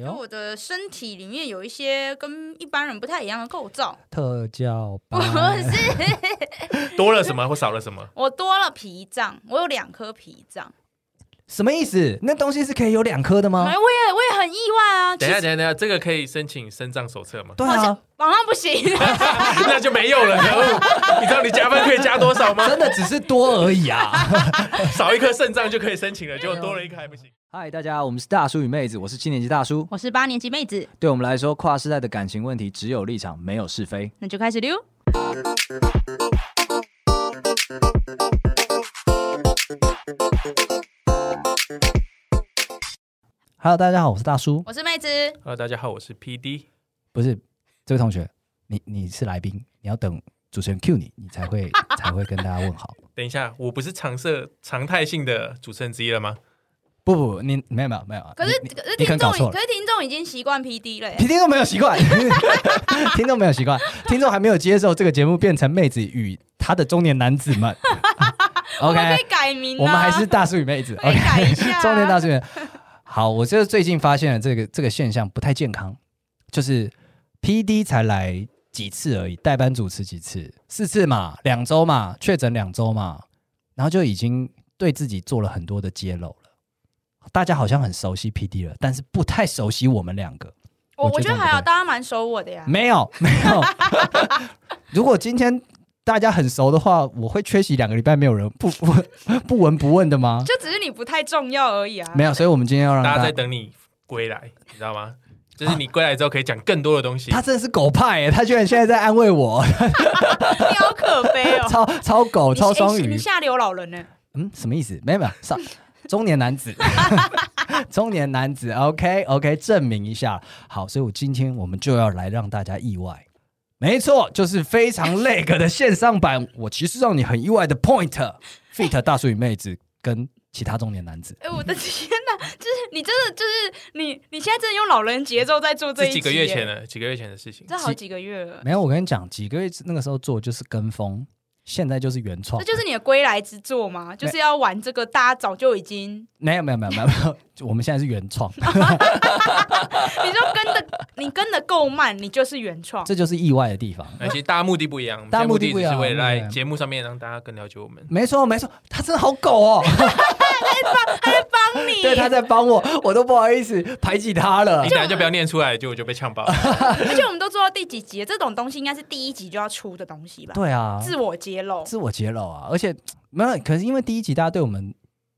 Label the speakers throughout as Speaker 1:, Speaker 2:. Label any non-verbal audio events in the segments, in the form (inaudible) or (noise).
Speaker 1: 就
Speaker 2: 呦，
Speaker 1: 我的身体里面有一些跟一般人不太一样的构造，
Speaker 2: 特教
Speaker 1: (laughs) 不
Speaker 2: 班，
Speaker 1: 是
Speaker 3: 多了什么或少了什么？
Speaker 1: 我多了脾脏，我有两颗脾脏，
Speaker 2: 什么意思？那东西是可以有两颗的吗
Speaker 1: 哎，？我也我也很意外啊，其
Speaker 3: 等一下，
Speaker 1: 实
Speaker 3: 等一下，等一下，这个可以申请身障手册吗？ (laughs)
Speaker 2: 对
Speaker 1: 好像
Speaker 2: 啊，
Speaker 1: 网上不
Speaker 2: (laughs)
Speaker 1: 行，
Speaker 3: 那就没有了， (laughs) 可恶！你知道你加分可以加多少吗？
Speaker 2: 真的只是多而已
Speaker 1: (laughs)
Speaker 2: 啊！
Speaker 3: 少一颗肾脏就可以申请了，结果多了一颗还不行。
Speaker 2: 嗨，大家，我们是大叔与妹子，我是七年级大叔。
Speaker 1: 我是八年级妹子，
Speaker 2: 对我们来说，跨世代的感情问题只有立场，没有是非。
Speaker 1: 那就开始溜。
Speaker 2: Hello，大家好，我是大叔，
Speaker 1: 我是妹子，
Speaker 3: 啊，大家好，我是 P D。
Speaker 2: 不是这位同学，你你是来宾，你要等主持人 Q 你，你才会才会跟大家问好。
Speaker 3: 等一下，我不是常设常态性的主持人之一了吗？
Speaker 2: 不不，你没有没有没有，
Speaker 1: 可是
Speaker 2: 你你
Speaker 1: 可是
Speaker 2: 你可能
Speaker 1: 听众
Speaker 2: 搞
Speaker 1: 已，
Speaker 2: 错
Speaker 1: 可
Speaker 2: 了。
Speaker 1: 是听众已经习惯 P D 了耶，
Speaker 2: (laughs) 听众没有习惯，听众没有习惯，听众还没有接受这个节目变成妹子与他的中年男子
Speaker 1: (laughs)
Speaker 2: 们。
Speaker 1: 我们
Speaker 2: OK，
Speaker 1: 可以改名啊，
Speaker 2: 我们还是大叔与妹子。
Speaker 1: 可以
Speaker 2: OK， (laughs)
Speaker 1: 改一下啊
Speaker 2: 中年大叔与妹好，我就是最近发现了这个这个现象不太健康，就是 P D 才来几次而已，代班主持几次，四次嘛，两周嘛，确诊两周嘛，然后就已经对自己做了很多的揭露了。大家好像很熟悉 P D 了，但是不太熟悉我们两个。
Speaker 1: 我
Speaker 2: 我
Speaker 1: 我
Speaker 2: 觉
Speaker 1: 觉
Speaker 2: 得
Speaker 1: 得还
Speaker 2: 不
Speaker 1: 好，
Speaker 2: 对
Speaker 1: 大家蛮熟我的呀，
Speaker 2: 没有，没有。 (laughs) 如果今天大家很熟的话，我会缺席两个礼拜，没有人不 (laughs) 不不闻不问的吗？
Speaker 1: 就只是你不太重要而已啊，
Speaker 2: 没有，所以我们今天要让
Speaker 3: 大家在等你归来，你知道吗？就是你归来之后可以讲更多的东西。
Speaker 2: 他真的是狗派欸耶，他居然现在在安慰
Speaker 3: (laughs)
Speaker 2: 我，
Speaker 1: (laughs) 你好可悲哦，
Speaker 2: 超超狗，(laughs)
Speaker 1: 你
Speaker 2: 超
Speaker 1: 哎
Speaker 2: 双
Speaker 1: 你
Speaker 2: 鱼。
Speaker 1: 下流老人呢？
Speaker 2: 嗯，什么意思？没有没有，上中年男子， (laughs) 中年男子，OK OK，证明一下。好，所以我今天我们就要来让大家意外。没错，就是非常那个的线上版，我其实让你很意外的 Point Fit 大叔与妹子跟其他中年男子。
Speaker 1: 哎、我的 (laughs) 天哪！就是你真的就是你，你现在真的用老人节奏在做这
Speaker 3: 这
Speaker 1: 一
Speaker 3: 几个月
Speaker 1: 集
Speaker 3: 前
Speaker 1: 耶，
Speaker 3: 了，几个月前的事情。
Speaker 1: 这好几个月了，
Speaker 2: 没有，我跟你讲，几个月那个时候做就是跟风，现在就是原创
Speaker 1: 这。就是你的归来之作吗？就是要玩这个，大家早就已经，
Speaker 2: 没有没有没有没有没有，就我们现在是原创，
Speaker 1: 你就跟的，你跟的够慢，你就是原创。
Speaker 2: 这就是意外的地方。
Speaker 3: 而且大家目的不一样，
Speaker 2: 大家目的
Speaker 3: 我
Speaker 2: 不一
Speaker 3: 们
Speaker 2: 样
Speaker 3: 现在目只是为了
Speaker 2: 对
Speaker 3: 来节目上面让大家更了解我们。
Speaker 2: 没错没错，他真的好狗哦。
Speaker 1: 帮 (laughs) 你，
Speaker 2: 对，他在帮我， (laughs) 我都不好意思排挤他了
Speaker 3: 你。等下就不要念出来，结果就被呛爆。
Speaker 1: 而且我们都做到第几集了？这种东西应该是第一集就要出的东西吧？
Speaker 2: 对啊，
Speaker 1: 自我揭露，
Speaker 2: 自我揭露啊，而且没有，可是因为第一集大家对我们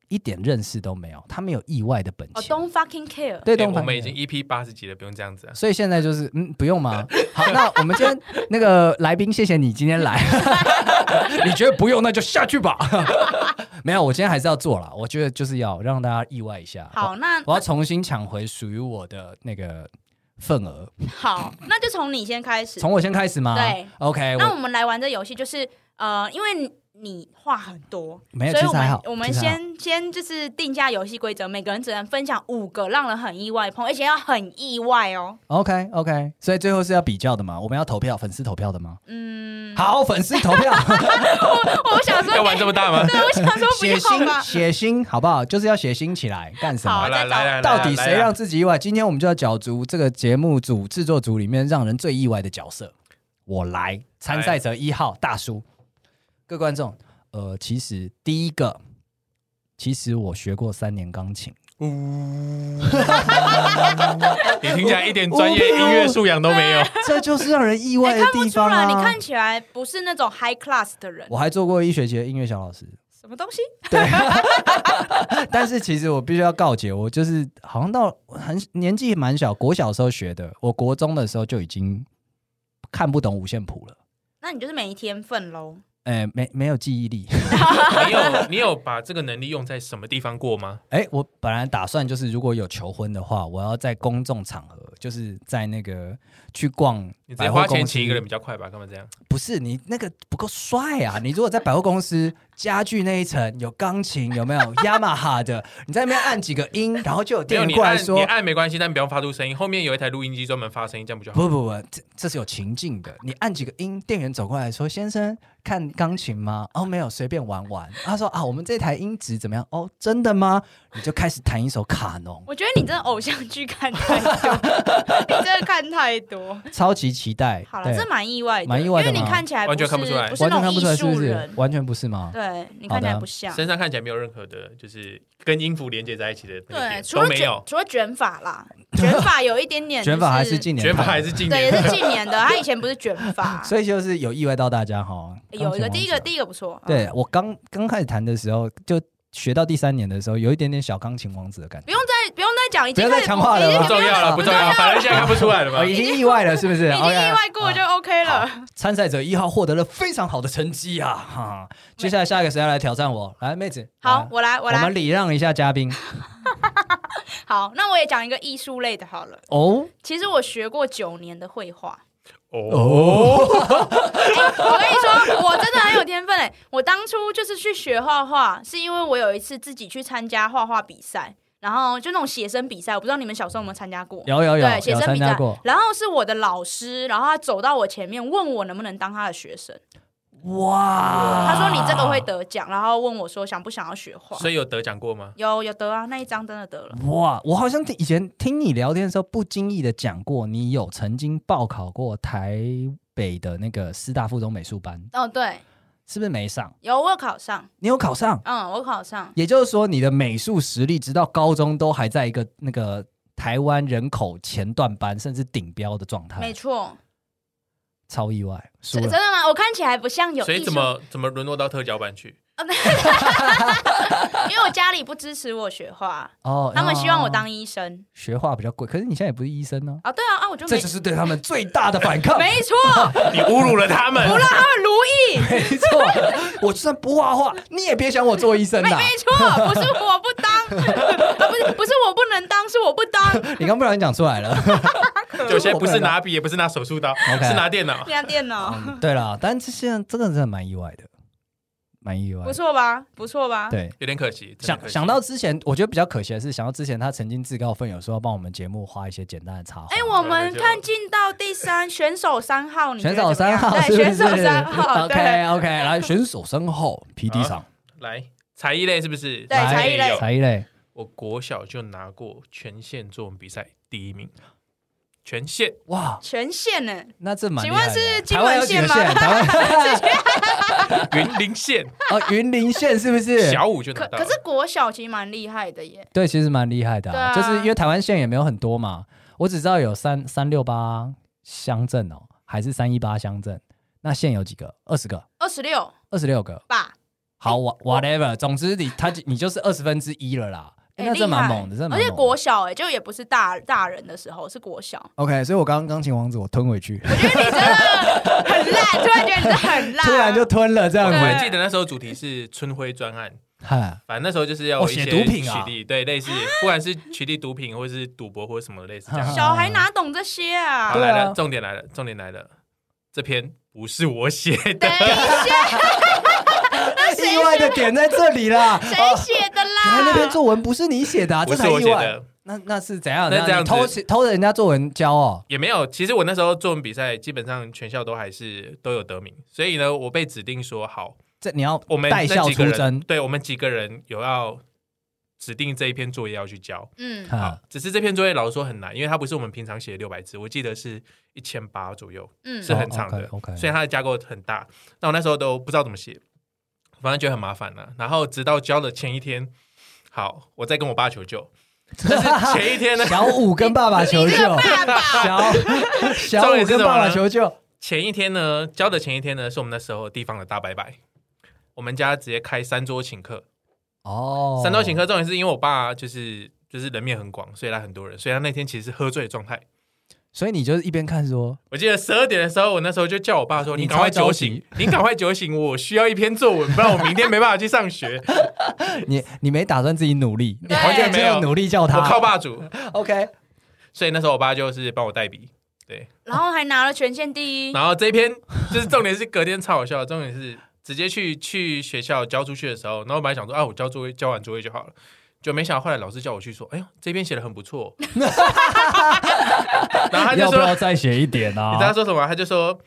Speaker 2: 一点认识都没有，他没有意外的本
Speaker 1: 哦、d
Speaker 2: 钱。
Speaker 1: o n t fucking care。
Speaker 2: 对，啊
Speaker 3: 哎
Speaker 2: 东
Speaker 3: 我
Speaker 2: 方
Speaker 3: 们
Speaker 2: 人
Speaker 3: 已经 EP 八十集了，不用这样子啊。
Speaker 2: 所以现在就是，嗯，不用吗？好，那我们今天那个来宾，谢谢你今天来。你觉得不用，那就下去吧。 (laughs) 没有，我今天还是要做啦。我觉得就是要让大家意外一下。
Speaker 1: 好，
Speaker 2: 我，
Speaker 1: 那
Speaker 2: 我要重新抢回属于我的那个份额。
Speaker 1: 好，那就从你先开始。
Speaker 2: 从我先开始吗？
Speaker 1: 对
Speaker 2: ，OK，
Speaker 1: 那
Speaker 2: 哎我
Speaker 1: 我们来玩这游戏，就是呃，因为你你话很多，
Speaker 2: 没有
Speaker 1: 所以
Speaker 2: 其
Speaker 1: 我
Speaker 2: 实还
Speaker 1: 们
Speaker 2: 好
Speaker 1: 我
Speaker 2: 其
Speaker 1: 们
Speaker 2: 实还好
Speaker 1: 先先就是定下游戏规则，每个人只能分享五个让人很意外的朋友，而且要很意外哦。
Speaker 2: OK OK，所以最后是要比较的嘛？我们要投票，粉丝投票的吗？
Speaker 1: 嗯，
Speaker 2: 好，粉丝投
Speaker 1: (laughs)
Speaker 2: 票，
Speaker 1: 我想说
Speaker 3: 要玩这么大吗？
Speaker 1: 对，我想说不
Speaker 2: 血
Speaker 1: 要
Speaker 2: 腥
Speaker 1: 吧。
Speaker 2: 血腥，好不好？就是要血腥起来，干什
Speaker 1: 好
Speaker 2: 么？
Speaker 1: 再
Speaker 3: 来
Speaker 1: 找
Speaker 3: 来来，
Speaker 2: 到底谁让
Speaker 3: 让？
Speaker 2: 自己意外？今天我们就要角逐这个节目组制作组里面让人最意外的角色。我来，参赛者一号大叔，各位观众，呃，其实第一个，其实我学过三年钢琴，
Speaker 3: 你听起来一点专业音乐素养都没有。
Speaker 2: 这就是让人意外
Speaker 1: (laughs) 哎
Speaker 2: 的
Speaker 1: 看不
Speaker 2: 地
Speaker 1: 出
Speaker 2: 方
Speaker 1: 来，你
Speaker 2: 啊！
Speaker 1: 看起来不是那种 high class 的人。
Speaker 2: 我还做过一学期的音乐小老师，
Speaker 1: 什么东西？
Speaker 2: (laughs) 但是其实我必须要告诫，我就是好像到很年纪蛮小，国小的时候学的，我国中的时候就已经看不懂五线谱了，
Speaker 1: 那你就是没天分喽。
Speaker 2: 哎、没没有记忆力。 (laughs)
Speaker 3: (laughs) 你有你有把这个能力用在什么地方过吗？
Speaker 2: 哎、我本来打算就是如果有求婚的话，我要在公众场合就是在那个去逛
Speaker 3: 你直
Speaker 2: 百
Speaker 3: 接
Speaker 2: 货
Speaker 3: 花
Speaker 2: 公
Speaker 3: 钱
Speaker 2: 司
Speaker 3: 请一个人比较快吧？干嘛这样？
Speaker 2: 不是你那个不够帅啊！你如果在百货公司家具那一层有钢琴，有没有雅马哈的？你在那边按几个音，然后就有
Speaker 3: 没
Speaker 2: 店
Speaker 3: 有
Speaker 2: 员
Speaker 3: 你
Speaker 2: 过来
Speaker 3: 按
Speaker 2: 说
Speaker 3: 你按没关系，但不要发出声音。后面有一台录音机专门发声音，这样不就好？
Speaker 2: 不不不，这这是有情境的。你按几个音，店员走过来说：“先生，看钢琴吗？”哦，没有，随便玩玩。他说：“啊，我们这台音质怎么样？哦，真的吗？”你就开始弹一首卡农，
Speaker 1: 我觉得你真的偶像剧看
Speaker 2: (laughs)
Speaker 1: 太多，你真的看太多。
Speaker 2: 超级期待。
Speaker 1: (laughs) 好了，
Speaker 2: 对
Speaker 1: 这蛮意外的，
Speaker 2: 蛮意外的
Speaker 1: 因为你
Speaker 2: 嘛
Speaker 1: 看起来
Speaker 3: 完全
Speaker 1: 不
Speaker 3: 看不出
Speaker 1: 是
Speaker 3: 来
Speaker 1: 不是
Speaker 2: 完
Speaker 1: 那
Speaker 2: 全看
Speaker 1: 种
Speaker 2: 不
Speaker 1: 艺
Speaker 2: 出来是不
Speaker 1: 术
Speaker 2: 是
Speaker 1: 人？，
Speaker 2: 完全不是吗？
Speaker 1: 对你
Speaker 2: 好
Speaker 1: 看起来
Speaker 2: 的
Speaker 1: 不像。
Speaker 3: 身上看起来没有任何的，就是跟音符连接在一起的那个
Speaker 1: 对，
Speaker 3: 点
Speaker 1: 除
Speaker 3: 都
Speaker 1: 了
Speaker 3: 没有
Speaker 1: 卷，。除了卷发啦，卷发有一点点、
Speaker 2: (laughs)
Speaker 1: 就是，
Speaker 2: 卷发还是近年
Speaker 3: 卷发
Speaker 2: 派
Speaker 3: 还
Speaker 2: 的
Speaker 3: 是近
Speaker 1: 对，也
Speaker 3: 年
Speaker 1: 是近年的。啊他以前不是卷发，
Speaker 2: (laughs) 所以就是有意外到大家哈。
Speaker 1: 哎有一个第一个第
Speaker 2: 一
Speaker 1: 一个不错，嗯
Speaker 2: 对我刚刚开始弹的时候，就学到第三年的时候，有一点点小钢琴王子的感觉
Speaker 1: 不。用再不用再讲，已经
Speaker 2: 不要再
Speaker 1: 开始
Speaker 2: 强化了
Speaker 1: 已经
Speaker 2: 吧
Speaker 3: 不重
Speaker 1: (laughs)
Speaker 3: 要了，不重要了，反正现在看不出来了
Speaker 2: (laughs)
Speaker 3: 嘛
Speaker 2: 哦，。已经意外了，是不是？
Speaker 1: 已经意
Speaker 2: OK
Speaker 1: 外
Speaker 2: 啊
Speaker 1: 过就 OK 了。
Speaker 2: 参赛者一号获得了非常好的成绩啊！哈，接下来下一个谁要来挑战我？来，妹子，
Speaker 1: 好
Speaker 2: 来，
Speaker 1: 我来，
Speaker 2: 啊我
Speaker 1: 我来
Speaker 2: 们。礼让一下嘉宾
Speaker 1: 好，那我也讲一个艺术类的好了。
Speaker 2: 哦
Speaker 1: 其实我学过九年的绘画。
Speaker 3: 哦，
Speaker 1: 我跟你说，我真的很有天分诶！我当初就是去学画画，是因为我有一次自己去参加画画比赛，然后就那种写生比赛，我不知道你们小时候有没有参加过？
Speaker 2: 有有有
Speaker 1: 对，写
Speaker 2: 有
Speaker 1: 生
Speaker 2: 参
Speaker 1: 比
Speaker 2: 加
Speaker 1: 赛
Speaker 2: 过，
Speaker 1: 然后是我的老师，然后他走到我前面问我能不能当他的学生，
Speaker 2: 哇！
Speaker 1: 他说你这个会得奖，然后问我说想不想要学画，
Speaker 3: 哦所以有得奖过吗？
Speaker 1: 有有得啊，那一张真的得了，
Speaker 2: 哇！我好像听以前听你聊天的时候，不经意的讲过，你有曾经报考过台北的那个师大附中美术班，
Speaker 1: 哦对，
Speaker 2: 是不是没上？
Speaker 1: 有我有考上，
Speaker 2: 你有考上？
Speaker 1: 嗯，我考上，
Speaker 2: 也就是说，你的美术实力直到高中都还在一个那个台湾人口前段班，甚至顶标的状态
Speaker 1: 没，错，
Speaker 2: 超意外，哎输
Speaker 1: 真
Speaker 2: 了
Speaker 1: 真。的吗？我看起来不像有
Speaker 3: 所以
Speaker 1: 艺
Speaker 3: 怎
Speaker 1: 术，
Speaker 3: 么怎么沦落到特教班去？
Speaker 1: (laughs) 因为我家里不支持我学画，
Speaker 2: 哦，
Speaker 1: 他们希望我
Speaker 2: 哦
Speaker 1: 当医生
Speaker 2: 学画比较贵，可是你现在也不是医生呢、
Speaker 1: 啊，对啊啊，我就
Speaker 2: 这
Speaker 1: 没
Speaker 2: 就。是对他们最大的反抗。
Speaker 1: 没错，
Speaker 3: 你侮辱了他们，
Speaker 1: 不让他们如意。
Speaker 2: (laughs) 没错，我就算不画画，你也别想我做医生
Speaker 1: 没
Speaker 2: 啦。
Speaker 1: 没
Speaker 2: (laughs)
Speaker 1: 错，不是我不当， (laughs) 啊、不是不是我不能当，是我不当。
Speaker 2: 你刚不小心讲出来了。 (laughs)
Speaker 3: 就现在不是拿笔，也不是拿手术刀，
Speaker 2: OK
Speaker 3: 是拿电脑。
Speaker 1: 这样电脑，
Speaker 2: 对啦，但是现在这个真的蛮意外的，蛮意外
Speaker 1: 不
Speaker 2: 的。
Speaker 1: 错吧？不错吧？
Speaker 2: 对，
Speaker 3: 有点可惜，真的
Speaker 2: 想
Speaker 3: 可惜
Speaker 2: 想到之前，我觉得比较可惜的是，想到之前他曾经自告奋勇说要帮我们节目画一些简单的插画。
Speaker 1: 哎、我们看进到第三选手三号，你觉
Speaker 2: 选
Speaker 1: 得怎么
Speaker 2: 手
Speaker 1: 样
Speaker 2: 三号是
Speaker 1: 对，
Speaker 2: 不是
Speaker 1: 选手三
Speaker 2: (laughs)
Speaker 1: 号，对，
Speaker 2: OK OK，来选手三号 P D 赏
Speaker 3: 来才艺类是不是？
Speaker 1: 对才艺类
Speaker 3: 有
Speaker 2: 才艺类，
Speaker 3: 我国小就拿过全县作文比赛第一名，全县
Speaker 2: 哇，
Speaker 1: 全县呢、
Speaker 2: 那这蛮厉
Speaker 1: 请
Speaker 2: 害
Speaker 1: 问
Speaker 2: 的。啊
Speaker 1: 是金
Speaker 2: 台湾有
Speaker 1: 门
Speaker 2: 几个
Speaker 1: 县吗
Speaker 2: 县？台
Speaker 1: (laughs)
Speaker 2: 湾
Speaker 3: 云林县
Speaker 2: 哦，云林县是不 (laughs) 是？
Speaker 3: 小五就拿
Speaker 1: 可
Speaker 3: 到
Speaker 1: 可
Speaker 3: 了。
Speaker 1: 是国小其实蛮厉害的耶，
Speaker 2: 对，其实蛮厉害的啊、
Speaker 1: 对
Speaker 2: 就
Speaker 1: 啊
Speaker 2: 是因为台湾县也没有很多嘛，我只知道有三三六八乡镇哦，还是三一八乡镇。那县有几个？二十个，
Speaker 1: 二十六
Speaker 2: 二十六个。
Speaker 1: 吧，
Speaker 2: 好，我 whatever，总之你他你就是二十分之一了啦。哎
Speaker 1: 哎、
Speaker 2: 那这蛮
Speaker 1: 厉害
Speaker 2: 猛的，这蛮猛
Speaker 1: 而
Speaker 2: 的
Speaker 1: 且国小哎、就也不是大大人的时候，是国小， (laughs)
Speaker 2: OK，所以我刚刚钢琴王子我吞回去，
Speaker 1: 我觉得你真的很烂，突然觉得你真的很
Speaker 2: (laughs)
Speaker 1: 烂，
Speaker 2: 突然就吞了这样
Speaker 3: 我
Speaker 1: 啊
Speaker 3: 还
Speaker 2: 子。
Speaker 3: 记得那时候主题是春晖专案，
Speaker 2: 哈，
Speaker 3: 反正那时候就是要有
Speaker 2: 哦
Speaker 3: 一
Speaker 2: 写
Speaker 3: 些
Speaker 2: 毒品啊
Speaker 3: 取缔，对，
Speaker 1: (laughs)
Speaker 3: 类似不管是取缔毒品或是赌博或者什么类
Speaker 2: (laughs)
Speaker 3: 似这样。
Speaker 1: 小孩哪懂这些啊
Speaker 3: 好？
Speaker 2: 对啊
Speaker 3: 来了，重点来了，重点来了，这篇不是我写
Speaker 1: 等
Speaker 3: 的，
Speaker 1: 一下，
Speaker 2: 意外的点在这里啦。
Speaker 1: 谁写的啦？
Speaker 2: 原来那 (laughs) 篇作文不是你写的、啊，
Speaker 3: 不
Speaker 2: 这
Speaker 3: 是
Speaker 2: 才
Speaker 3: 我
Speaker 2: 意
Speaker 3: 写
Speaker 2: 外
Speaker 3: 的。，
Speaker 2: 那那是怎样？
Speaker 3: 那
Speaker 2: 你
Speaker 3: 这样子
Speaker 2: 偷偷人家作文交哦。
Speaker 3: 也没有。其实我那时候作文比赛，基本上全校都还是都有得名，所以呢，我被指定说好，
Speaker 2: 这你要
Speaker 3: 我们
Speaker 2: 带
Speaker 3: 那
Speaker 2: 校
Speaker 3: 几个
Speaker 2: 出
Speaker 3: 人，
Speaker 2: 征
Speaker 3: 对我们几个人有要指定这一篇作业要去交。
Speaker 1: 嗯，
Speaker 2: 啊！
Speaker 3: 只是这篇作业老师说很难，因为它不是我们平常写的六百字，我记得是一千八左右，
Speaker 1: 嗯
Speaker 3: 是很长的
Speaker 2: 哦，OK，OK，
Speaker 3: 所以它的架构很大。那我那时候都不知道怎么写，反正觉得很麻烦了、然后直到交了前一天，好，我再跟我爸求救。但是前一天呢 (laughs)
Speaker 2: 小五跟爸爸求
Speaker 1: 你这
Speaker 2: 救
Speaker 1: 个，爸爸，
Speaker 2: 小小五跟爸爸求救，
Speaker 3: 前一天呢，交的前一天呢，是我们那时候地方的大拜拜。我们家直接开三桌请客，
Speaker 2: 哦
Speaker 3: 三桌请客重点是因为我爸就是就是人面很广，所以来很多人，所以他那天其实是喝醉的状态。
Speaker 2: 所以你就是一边看说，
Speaker 3: 我记得十二点的时候，我那时候就叫我爸说：“
Speaker 2: 你
Speaker 3: 你赶快
Speaker 2: 超着
Speaker 3: 酒
Speaker 2: 急
Speaker 3: 醒，你赶快酒醒，我需要一篇作文，不然我明天没办法去
Speaker 2: (laughs)
Speaker 3: 上学。
Speaker 2: 你你没打算自己努力，你完
Speaker 1: 完
Speaker 3: (laughs)
Speaker 2: 全没
Speaker 1: 全
Speaker 3: 没
Speaker 2: 有
Speaker 3: 有
Speaker 2: 努力”叫
Speaker 3: 我
Speaker 2: 他，
Speaker 3: 靠霸主，
Speaker 2: ，OK，
Speaker 3: 所以那时候我爸就是帮我代笔。对，
Speaker 1: 然后还拿了全县第一。
Speaker 3: 然后这一篇就是重点是隔天超好笑的，重点是直接去去学校交出去的时候，然后我本来想说啊，我交作业交完作业就好了，就没想到后来老师叫我去说，哎呦这篇写的很不错， (laughs) 然后他就
Speaker 2: 要不
Speaker 3: 说，
Speaker 2: 要再写一点
Speaker 3: (laughs) 你知道他
Speaker 2: 啊？
Speaker 3: 说什么？他就说。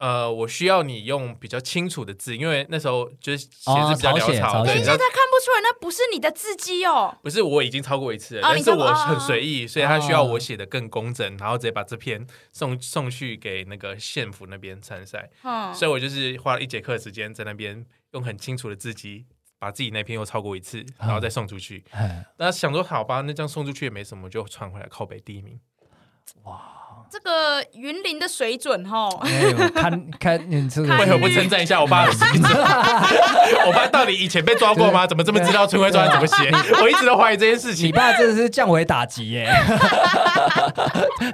Speaker 3: 呃，我需要你用比较清楚的字，因为那时候就是写字比
Speaker 2: 哦
Speaker 3: 较
Speaker 2: 草写
Speaker 3: 潦草，
Speaker 2: 草
Speaker 3: 对，
Speaker 2: 写
Speaker 3: 你知
Speaker 1: 那
Speaker 3: 道
Speaker 1: 他看不出来，那不是你的字迹哦。
Speaker 3: 不是我已经超过一次了，
Speaker 1: 哦
Speaker 3: 但
Speaker 1: 你
Speaker 3: 是
Speaker 1: 超过
Speaker 3: 我
Speaker 1: 哦
Speaker 3: 很随意，所以他
Speaker 2: 哦
Speaker 3: 需要我写的更工整，然后直接把这篇送送去给那个县府那边参赛。
Speaker 1: 嗯，
Speaker 3: 所以我就是花了一节课的时间在那边用很清楚的字迹把自己那篇又超过一次，然后再送出去。
Speaker 2: 哎
Speaker 3: 那想说好吧，那这样送出去也没什么，就传回来靠北第一名。
Speaker 1: 这个云林的水准哦， (laughs)
Speaker 2: 哎呦看看你这个
Speaker 1: 看
Speaker 3: (laughs) 为何不称赞一下我爸的名字？ (laughs) 我爸到底以前被抓过吗？怎么这么知道春晖专案怎么写？我一直都怀疑这件事
Speaker 2: 你
Speaker 3: 情。
Speaker 2: 爸真的是降维打击耶！ (laughs)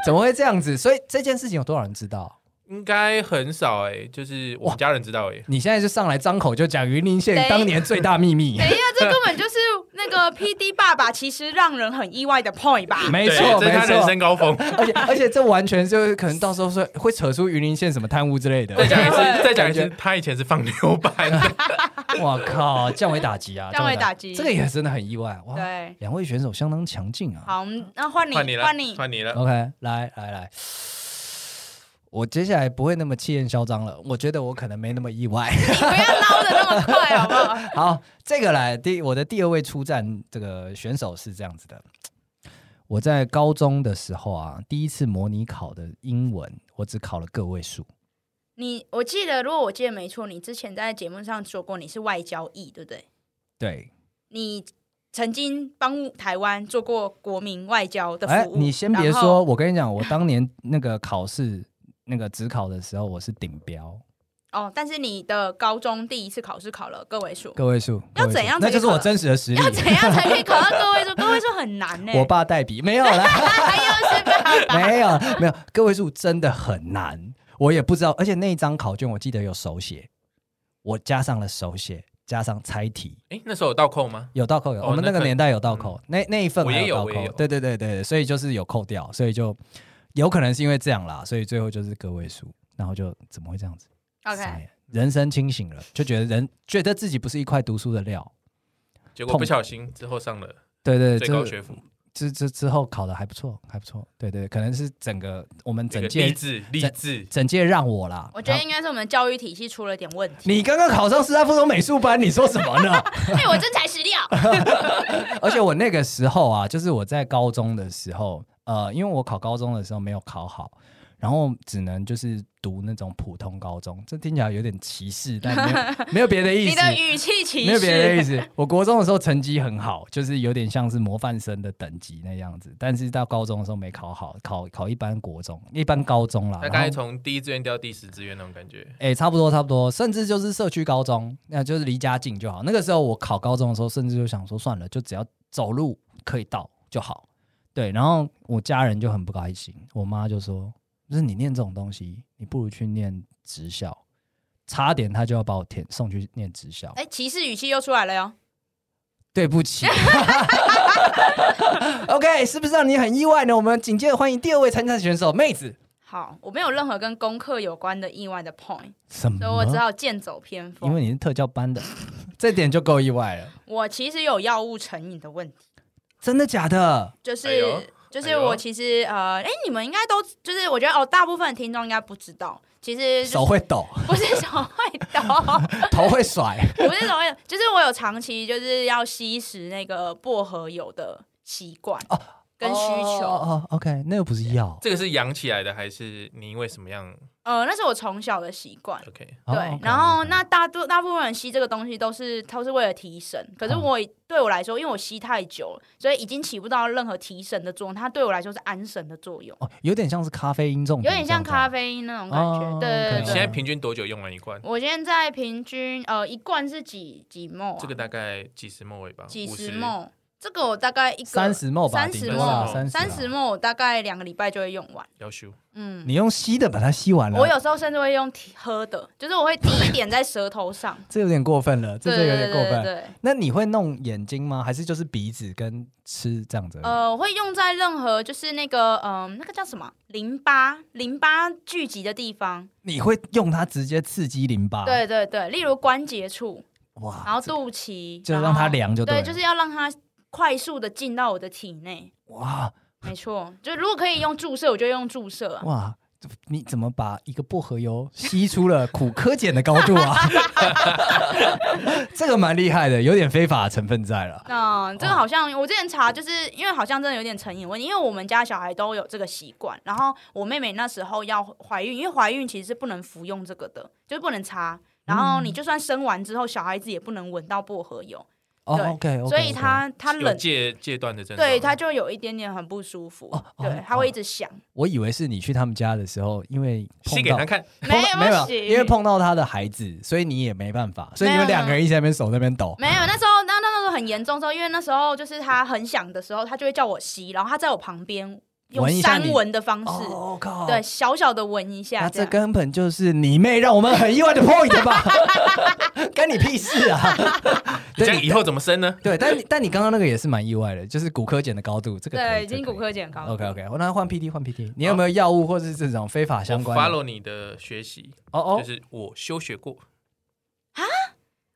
Speaker 2: 怎么会这样子？所以这件事情有多少人知道？
Speaker 3: 应该很少哎、就是我们家人知道哎、
Speaker 2: 你现在就上来张口就讲云林县
Speaker 1: 对
Speaker 2: 当年最大秘密
Speaker 1: 等，一下，这根本就是那个 P D 爸爸，其实让人很意外的 point 吧？
Speaker 2: (laughs) 没
Speaker 3: 对
Speaker 2: 错没
Speaker 3: 这是他人
Speaker 2: 错
Speaker 3: 生，
Speaker 2: (laughs)
Speaker 3: 高峰。
Speaker 2: 而且而且这完全就是可能到时候说会扯出云林县什么贪污之类的。
Speaker 3: 再讲一次，再讲一
Speaker 2: 感
Speaker 3: 次，他以前是放牛班的，
Speaker 2: 我靠，降维打击啊！
Speaker 1: (laughs) 降维打击
Speaker 2: 这个也真的很意外哇！
Speaker 1: 对，
Speaker 2: 两位选手相当强劲啊。
Speaker 1: 好，我们那换你，
Speaker 3: 换你了，
Speaker 1: 换你，
Speaker 3: 换你了。
Speaker 2: OK，来来来，我接下来不会那么气焰嚣张了，我觉得我可能没那么意外。
Speaker 1: 不要捞的那么快，好不好？
Speaker 2: (laughs) 好，这个来第我的第二位出战这个选手是这样子的。我在高中的时候啊，第一次模拟考的英文，我只考了个位数。
Speaker 1: 你我记得，如果我记得没错，你之前在节目上说过你是外交役，对不对？
Speaker 2: 对，
Speaker 1: 你曾经帮台湾做过国民外交的
Speaker 2: 哎
Speaker 1: 服，务。
Speaker 2: 你先别
Speaker 1: 然后
Speaker 2: 说，，我跟你讲，我当年那个考试，那个只考的时候，我是顶标，
Speaker 1: 哦，但是你的高中第一次考试考了个位数，
Speaker 2: 个位数。
Speaker 1: (laughs) 要
Speaker 2: 个位数
Speaker 1: 怎样才
Speaker 2: 那就是
Speaker 1: 可
Speaker 2: 我真实的实力
Speaker 1: 要。怎样才可以考到个位数？个位数
Speaker 2: (laughs)
Speaker 1: 很难呢、欸
Speaker 2: 我爸代笔没有啦。
Speaker 1: (laughs) 还有
Speaker 2: (laughs)
Speaker 1: 是
Speaker 3: (laughs)
Speaker 1: 爸爸，
Speaker 2: 没有没有，个位数真的很难，我也不知道。而且那一张考卷我记得有手写，我加上了手写，加上猜题，
Speaker 3: 哎，那时候有倒扣吗？
Speaker 2: 有倒扣有。
Speaker 3: 哦
Speaker 2: 我们那
Speaker 3: 那
Speaker 2: 个
Speaker 3: 可以
Speaker 2: 年代有倒扣，那那一份
Speaker 3: 我
Speaker 2: 还
Speaker 3: 也有
Speaker 2: 倒
Speaker 3: 我也
Speaker 2: 扣
Speaker 3: 有，
Speaker 2: 对对对对，所以就是有扣掉，所以就有可能是因为这样啦，所以最后就是个位数，然后就怎么会这样子？傻
Speaker 1: OK，
Speaker 2: 眼人生清醒了，就觉得人觉得自己不是一块读书的料。
Speaker 3: 结果
Speaker 2: 痛
Speaker 3: 不小心之后上了
Speaker 2: 对对，
Speaker 3: 嗯最
Speaker 2: 就
Speaker 3: 高学府，
Speaker 2: 之之之后考的还不错，还不错。对对，可能是整个我们
Speaker 3: 这
Speaker 2: 整
Speaker 3: 个
Speaker 2: 届
Speaker 3: 励志励志。
Speaker 2: 整届让我啦。
Speaker 1: 我觉得应该是我们教育体系出了点问题。
Speaker 2: 你刚刚考上师大附中美术班，你说什么呢？
Speaker 1: 对我真材实料，
Speaker 2: (laughs) 而且我那个时候啊，就是我在高中的时候，呃，因为我考高中的时候没有考好，然后只能就是读那种普通高中，这听起来有点歧视，但没 (laughs) 有没有别 (laughs) 的意
Speaker 1: 你
Speaker 2: 思。
Speaker 1: 的语气歧
Speaker 2: 没有别的意
Speaker 1: 视。
Speaker 2: 思，我国中的时候成绩很好，就是有点像是模范生的等级那样子，但是到高中的时候没考好，考考一般国中，一般高中啦。
Speaker 3: 他刚
Speaker 2: 然后
Speaker 3: 才从第一志愿掉第十志愿那种感觉，
Speaker 2: 哎、差不多差不多，甚至就是社区高中，那就是离家近就好。那个时候我考高中的时候，甚至就想说算了，就只要走路可以到就好。对，然后我家人就很不开心，我妈就说：“就是你念这种东西，你不如去念职校。”差点她就要把我填送去念职校。
Speaker 1: 哎，歧视语气又出来了哟。
Speaker 2: 对不起。OK，是不是让你很意外呢？我们紧接着欢迎第二位参赛选手妹子。
Speaker 1: 好，我没有任何跟功课有关的意外的 point，
Speaker 2: 什么
Speaker 1: 所以我只好剑走偏
Speaker 2: 嗯因为
Speaker 1: 锋。
Speaker 2: 你是特教班的， (laughs) 这点就够意外了。
Speaker 1: 我其实有药物成瘾的问题，
Speaker 2: 真的假的？
Speaker 1: 就是、
Speaker 3: 哎呦
Speaker 1: 就是我其实呃，哎，你们应该都就是我觉得哦，大部分的听众应该不知道，其实、
Speaker 2: 手会
Speaker 1: (laughs)
Speaker 2: 抖，
Speaker 1: 不是手会抖，
Speaker 2: 头会甩。
Speaker 1: 不是手会抖，就是我有长期就是要吸食那个薄荷油的习惯跟需求。
Speaker 2: 哦、o k 那又不是药。
Speaker 3: 这个是养起来的还是你因为什么样
Speaker 1: 呃，那是我从小的习惯。
Speaker 3: ？OK，
Speaker 2: 哦
Speaker 1: 对
Speaker 2: OK，，
Speaker 1: 然后
Speaker 2: OK
Speaker 1: 那大多大部分人吸这个东西都是都是为了提神，可是
Speaker 2: 嗯
Speaker 1: 我对我来说，因为我吸太久了，所以已经起不到任何提神的作用，它对我来说是安神的作用，
Speaker 2: 哦，有点像是咖啡因中毒，
Speaker 1: 有点像咖
Speaker 2: 啡。
Speaker 1: 啡因那种感觉。
Speaker 2: 啊哦
Speaker 1: 对
Speaker 3: 你
Speaker 1: 对
Speaker 3: 现
Speaker 1: 对
Speaker 3: 在
Speaker 1: 对，
Speaker 3: 平均多久用完一罐？
Speaker 1: 我现在平均呃一罐是几几沫、啊？
Speaker 3: 这个大概几十末尾吧，
Speaker 1: 几
Speaker 3: 五
Speaker 1: 十
Speaker 3: 十
Speaker 1: 沫，这个我大概一个
Speaker 2: 三十 ml 吧，
Speaker 1: 三
Speaker 2: 顶
Speaker 1: 十
Speaker 2: 多
Speaker 3: 啊
Speaker 2: 啦
Speaker 1: ml，三十
Speaker 2: 30啦
Speaker 1: ml 我大概两个礼拜就会用完。
Speaker 3: 要修，
Speaker 1: 嗯，
Speaker 2: 你用吸的把它吸完了，
Speaker 1: 我有时候甚至会用提喝的，就是我会滴一点在舌头上。
Speaker 2: 这有点过分了， (laughs) 这
Speaker 1: 对
Speaker 2: 这有
Speaker 1: 对
Speaker 2: 点
Speaker 1: 对
Speaker 2: 过
Speaker 1: 对
Speaker 2: 分。
Speaker 1: 对，
Speaker 2: 那你会弄眼睛吗？还是就是鼻子跟吃这样子而已？
Speaker 1: 呃，我会用在任何就是那个嗯、呃那个叫什么淋巴淋巴聚集的地方。
Speaker 2: 你会用它直接刺激淋巴？，
Speaker 1: 对对对，例如关节处，然
Speaker 2: 哇，
Speaker 1: 后肚
Speaker 2: 啊
Speaker 1: 脐，
Speaker 2: 就
Speaker 1: 然
Speaker 2: 让它
Speaker 1: 后
Speaker 2: 凉就
Speaker 1: 对，
Speaker 2: 对，
Speaker 1: 就是要让它快速的进到我的体内。
Speaker 2: 哇
Speaker 1: 没错，就如果可以用注射，我就用注射、啊。
Speaker 2: 哇，你怎么把一个薄荷油吸出了苦柯碱的高度啊？ (laughs) 这个蛮厉害的，有点非法成分在
Speaker 1: (laughs)
Speaker 2: 了。
Speaker 1: 那、这个好像我之前查，就是因为好像真的有点成瘾问题，因为我们家小孩都有这个习惯。然后我妹妹那时候要怀孕，因为怀孕其实是不能服用这个的，嗯就是不能擦。然后你就算生完之后，小孩子也不能闻到薄荷油，
Speaker 2: 哦
Speaker 1: 对
Speaker 2: ，OK，
Speaker 1: 所以她她
Speaker 3: 有
Speaker 1: 冷，
Speaker 3: 戒戒断的症状，
Speaker 1: 对她就有一点点很不舒服，
Speaker 2: 哦
Speaker 1: 对
Speaker 2: 哦，
Speaker 1: 她会一直想，
Speaker 2: 我以为是你去他们家的时候，因为碰
Speaker 3: 吸给
Speaker 2: 到
Speaker 3: 他看，
Speaker 2: 碰到没有，
Speaker 1: 不行
Speaker 2: 因为碰到他的孩子，所以你也没办法，所以你们
Speaker 1: 没有
Speaker 2: 两个人一直在那边手在那边抖。
Speaker 1: 没有，那时候那那时候很严重的时候，因为那时候就是他很想的时候，他就会叫我吸，然后他在我旁边用
Speaker 2: 闻一下你
Speaker 1: 三闻的方式，
Speaker 2: 哦靠！
Speaker 1: 对，，小小的闻一下
Speaker 2: 那
Speaker 1: 这
Speaker 2: 这
Speaker 1: 样。
Speaker 2: 根本就是你妹让我们很意外的 point 吧？
Speaker 1: (laughs)
Speaker 2: 干你屁事啊！
Speaker 3: 这样
Speaker 2: 你
Speaker 3: 以后怎么生 (laughs) 呢？
Speaker 2: 对，但你但你刚刚那个也是蛮意外的，就是骨科碱的高度，这个可
Speaker 1: 对，
Speaker 2: 以
Speaker 1: 已经骨。科减高。
Speaker 2: OK OK，我那换 PT 换 PT，你有没有药物或是这种非法相关的？
Speaker 3: follow 你的学习，
Speaker 2: 哦哦，
Speaker 3: 就是我休学过，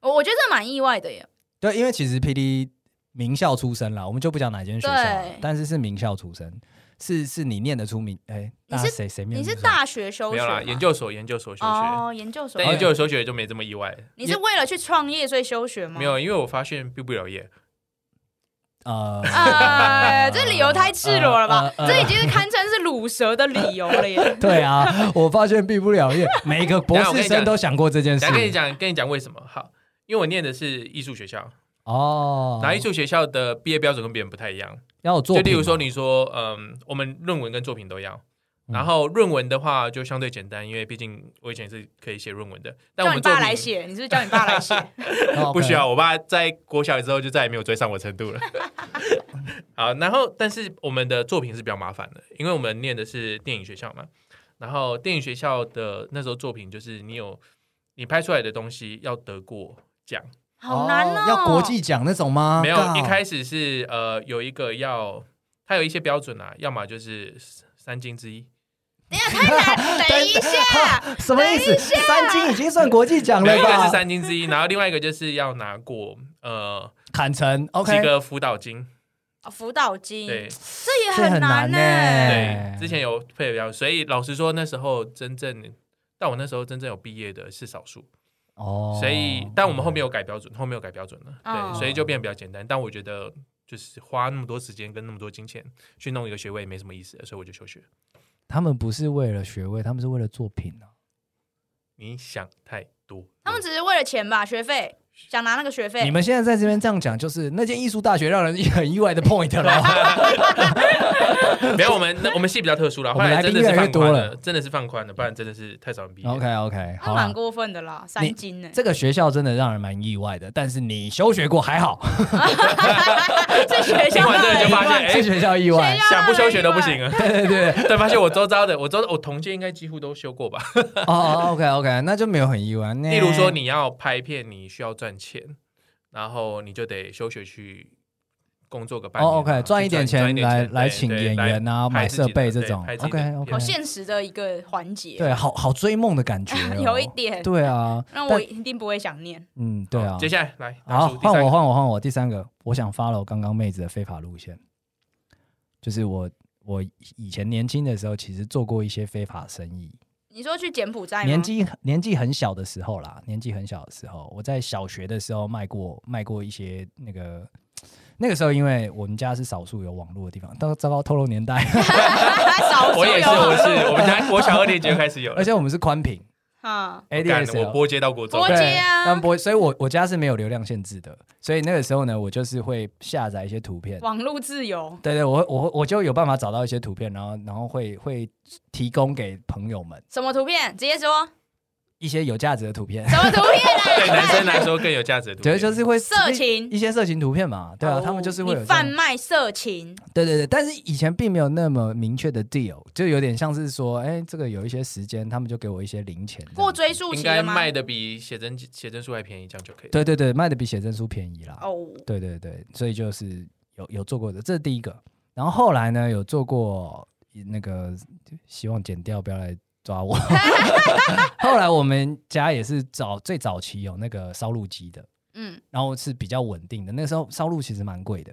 Speaker 1: 我我觉得这蛮意外的耶。
Speaker 2: 对，因为其实 PT 名校出身啦，我们就不讲哪间学校了
Speaker 1: 对，
Speaker 2: 但是是名校出身，是是你念得出名，哎，
Speaker 1: 你
Speaker 2: 大家
Speaker 1: 是
Speaker 2: 谁谁念
Speaker 1: 你
Speaker 2: 得
Speaker 1: 是
Speaker 2: 出
Speaker 1: 大学休
Speaker 3: 没
Speaker 1: 学
Speaker 3: 有啦，
Speaker 1: 吗？
Speaker 3: 研究所研究所休学，
Speaker 1: 哦，研究所
Speaker 3: 但。研究所休学就没这么意外，
Speaker 1: 你是为了去创业所以休学吗？
Speaker 3: 没。有，因为我发现毕不了业，
Speaker 2: 呃
Speaker 1: 呃，这理由太赤裸了吧？
Speaker 2: 呃呃呃
Speaker 1: 这已经是堪称是乳蛇的理由了耶。
Speaker 2: 对啊， (laughs) 我发现毕不了业，每个博
Speaker 3: 等一下我跟
Speaker 2: 士
Speaker 3: 你
Speaker 2: 生
Speaker 3: 讲
Speaker 2: 都想过这件事
Speaker 3: 等一。下跟你讲跟你讲为什么好。因为我念的是艺术学校，
Speaker 2: 哦，
Speaker 3: 然后艺术学校的毕业标准跟别人不太一样。
Speaker 2: 要有作
Speaker 3: 就
Speaker 2: 品吗，
Speaker 3: 例如说，你说，嗯，我们论文跟作品都要，
Speaker 2: 嗯
Speaker 3: 然后论文的话就相对简单，因为毕竟我以前是可以写论文的，但
Speaker 1: 叫
Speaker 3: 我们
Speaker 1: 你
Speaker 3: 作
Speaker 1: 爸来
Speaker 3: 品
Speaker 1: 写，你是不是叫你爸来写？
Speaker 2: 哦，OK
Speaker 3: 不需要，我爸在国小之后就再也没有追上我
Speaker 2: (laughs)
Speaker 3: 程度了。好，然后但是我们的作品是比较麻烦的，因为我们念的是电影学校嘛，然后电影学校的那时候作品就是你有你拍出来的东西要得过奖，
Speaker 1: 好难哦，
Speaker 2: 要国际奖那种吗？
Speaker 3: 没有
Speaker 2: 靠
Speaker 3: 一开始是呃有一个要它有一些标准啊，要么就是三金之一，
Speaker 1: 等一下太难，等一下，
Speaker 2: 什么意思？三金已经算国际奖
Speaker 3: 没有
Speaker 2: 了
Speaker 3: 一个
Speaker 2: 吧
Speaker 3: 是？三金之一，然后另外一个就是要拿过呃
Speaker 2: 坎城
Speaker 3: 几
Speaker 2: OK，
Speaker 3: 个辅导金，
Speaker 1: 哦辅导金，
Speaker 3: 对，
Speaker 1: 这也
Speaker 2: 这很
Speaker 1: 很
Speaker 2: 难
Speaker 1: 难
Speaker 2: 呢
Speaker 1: 呢、
Speaker 2: 哎
Speaker 3: 对，之前有配标，所以老实说，那时候真正但我那时候真正有毕业的是少数，
Speaker 2: 哦
Speaker 3: 所以但我们后面有改标准，后面有改标准了，
Speaker 1: 哦
Speaker 3: 对，所以就变得比较简单。但我觉得就是花那么多时间跟那么多金钱去弄一个学位没什么意思，所以我就休学。
Speaker 2: 他们不是为了学位，他们是为了作品啊。
Speaker 3: 你想太多，
Speaker 1: 他们只是为了钱吧，学费，想拿那个学费。
Speaker 2: 你们现在在这边这样讲，就是那间艺术大学让人很意外的 point
Speaker 1: (laughs)
Speaker 2: 了。 (laughs)
Speaker 3: 没有我们那我们系比较特殊啦，
Speaker 2: 我
Speaker 3: 后
Speaker 2: 们来
Speaker 3: 来
Speaker 2: 宾
Speaker 3: 真的是
Speaker 2: 越来越
Speaker 3: 放
Speaker 2: 多
Speaker 3: 宽
Speaker 2: 了
Speaker 3: 了，真的是放宽了，不然真的是太少人毕业。
Speaker 2: OK OK，
Speaker 1: 那
Speaker 2: 好啦
Speaker 1: 蛮过分的啦，
Speaker 2: 你
Speaker 1: 三金呢、
Speaker 2: 这个学校真的让人蛮意外的，但是你休学过还
Speaker 1: (laughs)
Speaker 2: 好，
Speaker 1: 这学
Speaker 3: 听
Speaker 1: 校
Speaker 3: 完
Speaker 2: (laughs)
Speaker 3: 这个就发现，
Speaker 2: 是
Speaker 3: 哎，
Speaker 2: 学校意外。
Speaker 3: 想不休学都不行啊。
Speaker 2: (laughs) 对对
Speaker 3: (laughs)
Speaker 2: 对，
Speaker 3: 对，发现我周遭的，我周我同届应该几乎都休过吧。
Speaker 2: (laughs) 哦，OK OK，那就没有很意外。例
Speaker 3: 例如说，你要拍片，你需要赚钱，然后你就得休学去工作个半年啊、
Speaker 2: 哦，OK，
Speaker 3: 去
Speaker 2: 赚一点钱
Speaker 3: 赚一
Speaker 2: 来
Speaker 3: 对
Speaker 2: 来请
Speaker 3: 对
Speaker 2: 演员啊
Speaker 3: 来
Speaker 2: 买
Speaker 3: 拍自己的
Speaker 2: 设备这
Speaker 3: 对
Speaker 2: 种
Speaker 3: 拍自己的
Speaker 2: OK，OK
Speaker 3: 片
Speaker 1: 好哦现实的一个环节，，
Speaker 2: 对，好好追梦的感觉哦
Speaker 1: (laughs) 有一点
Speaker 2: 对啊，
Speaker 1: 那我
Speaker 2: 但
Speaker 1: 一定不会想念。
Speaker 2: 嗯，对啊
Speaker 3: 好。接下来来，
Speaker 2: 好，
Speaker 3: 大叔第三
Speaker 2: 换我，
Speaker 3: 个
Speaker 2: 换我，换我。第三个，我想 follow 刚刚妹子的非法路线，就是我我以前年轻的时候，其实做过一些非法生意。
Speaker 1: 你说去柬埔寨吗？
Speaker 2: 年
Speaker 1: (laughs)
Speaker 2: 纪年纪很小的时候啦，年纪很小的时候，我在小学的时候卖过卖过一些那个。那个时候，因为我们家是少数有网络的地方，到糟糕透露年
Speaker 1: (laughs)
Speaker 2: 代，
Speaker 1: 少数
Speaker 3: 我也是，
Speaker 1: 有
Speaker 2: (laughs)
Speaker 3: 我是我们家国小二年级就开始有了
Speaker 2: 而且我们是宽屏
Speaker 1: 啊，
Speaker 3: 干
Speaker 2: ADSL，
Speaker 3: 我波接到国中
Speaker 1: 波，
Speaker 2: 哦对，
Speaker 1: 接啊
Speaker 2: 但不会，所以我我家是没有流量限制的，所以那个时候呢，我就是会下载一些图片。
Speaker 1: 网络自由。
Speaker 2: 对对，我会我会我就有办法找到一些图片，然后然后会会提供给朋友们。
Speaker 3: (laughs)
Speaker 1: 什么图片？直接说
Speaker 2: 一些有价值的图片，
Speaker 1: 什么图片啊？
Speaker 3: 对男生来说更有价值的图
Speaker 2: 对，
Speaker 3: 片，
Speaker 2: 就是会
Speaker 1: 色情
Speaker 2: 一些色情图片嘛，对啊，他们就是会有
Speaker 1: 你
Speaker 2: 这样
Speaker 1: 贩卖色情，
Speaker 2: 对对对，但是以前并没有那么明确的 deal，就有点像是说，哎，这个有一些时间，他们就给我一些零钱这样子。
Speaker 1: 过追溯
Speaker 3: 应
Speaker 1: 期
Speaker 3: 该
Speaker 1: 了吗？
Speaker 3: 卖的比写真写真书还便宜，这样就可以。
Speaker 2: 对对对，卖的比写真书便宜啦。
Speaker 1: 哦，
Speaker 2: 对对对，所以就是有有做过的，这是第一个。然后后来呢，有做过那个，希望剪掉，不要来抓我。 (laughs) 后来我们家也是早最早期有那个烧录机的，
Speaker 1: 嗯， (laughs)
Speaker 2: 然后是比较稳定的。那时候烧录其实蛮贵的，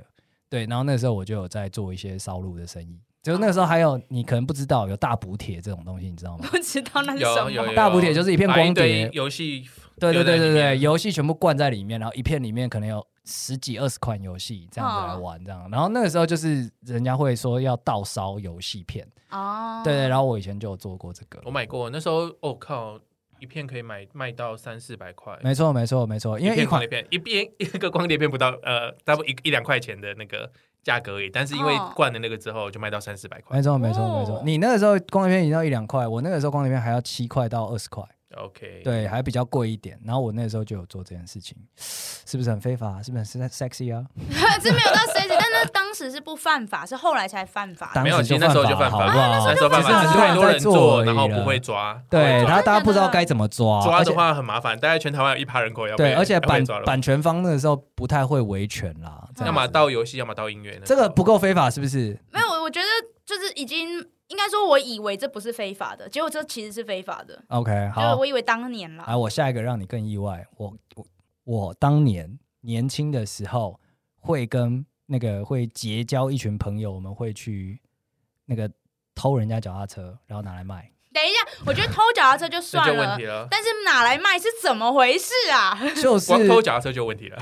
Speaker 2: 对。然后那时候我就有在做一些烧录的生意，就
Speaker 3: 哦
Speaker 2: 那时候还有你可能不知道有大补帖这种东西，你知道
Speaker 3: (laughs)
Speaker 2: 吗？
Speaker 1: 不知道那是什
Speaker 3: 有
Speaker 1: 么。
Speaker 3: 有有，
Speaker 2: 大补帖就是一片
Speaker 3: 把
Speaker 2: 光碟
Speaker 3: 堆游戏，
Speaker 2: 对对对对
Speaker 3: 丢在里
Speaker 2: 对，
Speaker 3: 面
Speaker 2: 游戏全部灌在里面，然后一片里面可能有十几二十款游戏这样子
Speaker 3: 哦
Speaker 2: 来玩这样。然后那个时候就是人家会说要倒烧游戏片，
Speaker 1: 哦，
Speaker 2: 对对。然后我以前就有做过这个
Speaker 3: 我，买过，那时候我、哦、靠，一片可以买卖到三四百块，
Speaker 2: 没错没错没错，因为
Speaker 3: 一
Speaker 2: 一
Speaker 3: 片光
Speaker 2: 款
Speaker 3: 碟片一片一个光碟片不到呃，大不一一两块钱的那个价格而已，但是因为
Speaker 1: 哦
Speaker 3: 灌了那个之后就卖到三四百块
Speaker 2: 没。错没错
Speaker 1: 哦
Speaker 2: 没错，你那个时候光碟片已经要一两块，我那个时候光碟片还要七块到二十块。
Speaker 3: OK，，
Speaker 2: 对，还比较贵一点。然后我那时候就有做这件事情，是不是很非法？是不
Speaker 3: (laughs)
Speaker 2: 是很 sexy 啊？
Speaker 1: (laughs) 这没有到 C 级，但是当时时不犯法，是后来才犯法的。
Speaker 2: 当
Speaker 3: 没有，
Speaker 2: 时
Speaker 3: 其实那时候就
Speaker 2: 犯
Speaker 3: 犯
Speaker 2: 法
Speaker 3: 法，
Speaker 2: 好不
Speaker 1: 啊
Speaker 2: 好？
Speaker 3: 那时候犯法，
Speaker 2: 只
Speaker 3: 只
Speaker 2: 是
Speaker 3: 是太多人
Speaker 2: 做而已
Speaker 3: 然后
Speaker 2: 了
Speaker 3: 不会抓，啊
Speaker 2: 对，
Speaker 1: 哦
Speaker 2: 然后大家不知道
Speaker 1: 真的
Speaker 2: 该怎么抓，
Speaker 3: 抓
Speaker 2: 而且
Speaker 3: 的话很麻烦，大概全台湾有一趴人口要被
Speaker 2: 对，而且
Speaker 3: 要被
Speaker 2: 版
Speaker 3: 抓了，
Speaker 2: 版权方那个时候不太会维权啦，这
Speaker 3: 要
Speaker 2: 样
Speaker 3: 么
Speaker 2: 子
Speaker 3: 到嗯游戏，要么到音乐，
Speaker 2: 这个不够非法是不是？
Speaker 1: 没有，我我觉得就是已经应该说，我以为这不是非法的，结果这其实是非法的。
Speaker 2: OK，
Speaker 1: 就是
Speaker 2: 好
Speaker 1: 我，以为当年啦，
Speaker 2: 来我下一个让你更意外，我我我当年年轻的时候会跟那个会结交一群朋友，我们会去那个偷人家脚踏车，然后拿来
Speaker 3: (laughs)
Speaker 2: 卖。
Speaker 1: 等一下，我觉得偷脚踏车就
Speaker 3: 这
Speaker 1: 算
Speaker 3: 就问
Speaker 1: 了
Speaker 3: 题，了。
Speaker 1: 但是拿来卖是怎么回事啊？
Speaker 2: 就是
Speaker 3: 光偷脚踏车就有问
Speaker 1: (laughs)
Speaker 3: 题了，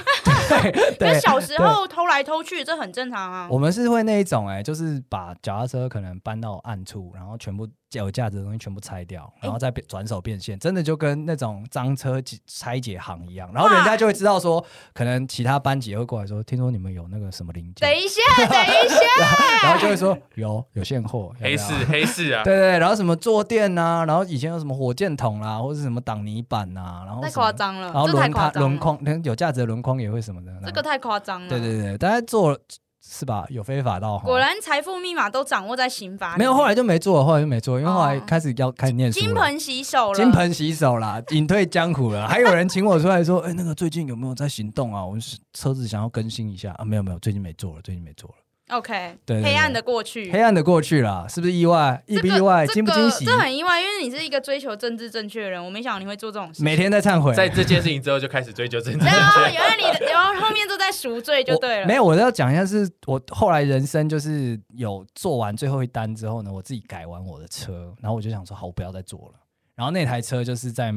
Speaker 2: 对
Speaker 1: 那
Speaker 2: 对，
Speaker 1: 小时
Speaker 2: 对
Speaker 1: 候偷来偷去，这很正常啊。
Speaker 2: 我们是会那一种哎、就是把脚踏车可能搬到暗处，然后全部有价值的东西全部拆掉，然后再变转手变现，真的就跟那种赃车解拆解行一样。然后人家就会知道说，可能其他班级也会过来说，听说你们有那个什么零件
Speaker 1: 等，一下，等一下，
Speaker 2: (laughs) 然后就会说有有现货，要不
Speaker 3: 黑
Speaker 2: 要
Speaker 3: 市黑市啊，
Speaker 2: 对对，然后什么坐垫呐、然后以前有什么火箭筒啦、或者是什么挡泥板呐、然后
Speaker 1: 太
Speaker 2: 什么
Speaker 1: 夸，张了
Speaker 2: 然，后
Speaker 1: 这太
Speaker 2: 轮
Speaker 1: 夸
Speaker 2: 框
Speaker 1: 张
Speaker 2: 轮
Speaker 1: 了，
Speaker 2: 框，有价值的轮框也会什么的，
Speaker 1: 这个太夸张了。
Speaker 2: 对对对，大家做是吧？有非法到哈
Speaker 1: 果然财富密码都掌握在刑法里。
Speaker 2: 没有，后来就没做，后来就没做，因为后来
Speaker 1: 哦
Speaker 2: 开始要开始念书
Speaker 1: 金
Speaker 2: 了。
Speaker 1: 盆洗手了，
Speaker 2: 金盆洗手啦，隐退江湖
Speaker 1: (laughs)
Speaker 2: 了。还有人请我出来说：“哎、那个最近有没有在行动啊？我们是车子想要更新一下啊。”没有没有，最近没做了，最近没做了。
Speaker 1: OK，
Speaker 2: 对对对
Speaker 1: 黑暗的过去，
Speaker 2: 黑暗的过去了，是不是意外？意
Speaker 1: 嗯这
Speaker 2: 不
Speaker 1: 个
Speaker 2: 意外？
Speaker 1: 这
Speaker 2: 惊不
Speaker 1: 个
Speaker 2: 惊喜？
Speaker 1: 这很意外，因为你是一个追求政治正确的人，我没想到你会做这种事。
Speaker 2: 每天在忏悔。
Speaker 3: 在这件事情之后就开始追究真正
Speaker 1: 然后原来你的，然后后面都在赎罪就
Speaker 2: 我
Speaker 1: 对了。
Speaker 2: 没有，我要讲一下是，我后来人生就是有做完最后一单之后呢，我自己改完我的车，然后我就想说，好，我不要再做了。然后那台车就是在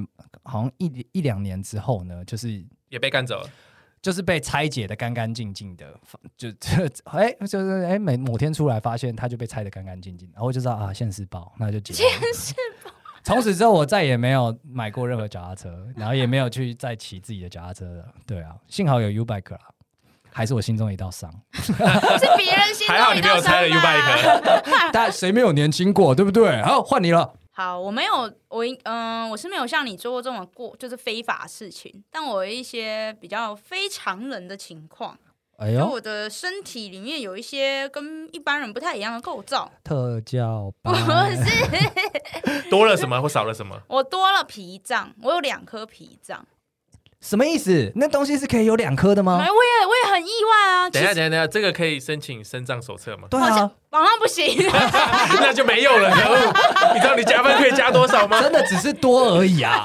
Speaker 2: 好像一一两年之后呢，就是
Speaker 3: (laughs) 也被干走了，
Speaker 2: 就是被拆解的干干净净的，就 (laughs) 就哎、就是哎、每某天出来发现它就被拆的干干净净，然后我就知道啊，现世报，那就结现世报。从此之后，我再也没有买过任何脚踏车，然后也没有去再骑自己的脚踏车了。对啊，幸好有 U bike 啦，还是我心中一道
Speaker 1: (laughs)
Speaker 2: 伤。
Speaker 1: 是别人心
Speaker 3: 还好
Speaker 1: 中
Speaker 3: 你
Speaker 1: 一
Speaker 3: 没有
Speaker 1: 道
Speaker 3: 拆了
Speaker 1: 伤
Speaker 3: U
Speaker 1: 疤。啊
Speaker 3: bike，
Speaker 2: 但谁没有年轻过，对不对？好，换你了。
Speaker 1: 好，我没有，我应嗯、我是没有像你做过这种过就是非法的事情，但我有一些比较非常人的情况，
Speaker 2: 哎
Speaker 1: 就
Speaker 2: 呦，
Speaker 1: 我的身体里面有一些跟一般人不太一样的构造，
Speaker 2: 特教班
Speaker 1: 不是
Speaker 3: 多了什么或少了什么？
Speaker 1: 我多了脾脏，我有两颗脾脏，
Speaker 2: 什么意思？那东西是可以有两颗的吗
Speaker 1: 哎、？我也我也很意外啊，
Speaker 3: 哦等一下，
Speaker 1: 其实
Speaker 3: 等一下，等一下，这个可以申请身障手册吗？
Speaker 2: 对
Speaker 1: 好
Speaker 2: 啊
Speaker 1: 像，网上不行。
Speaker 3: (laughs)
Speaker 1: 啊
Speaker 3: 那就没有了，可恶！你知道你加分可以加多
Speaker 1: (laughs)
Speaker 3: 少吗？
Speaker 2: 真的只是多而已啊。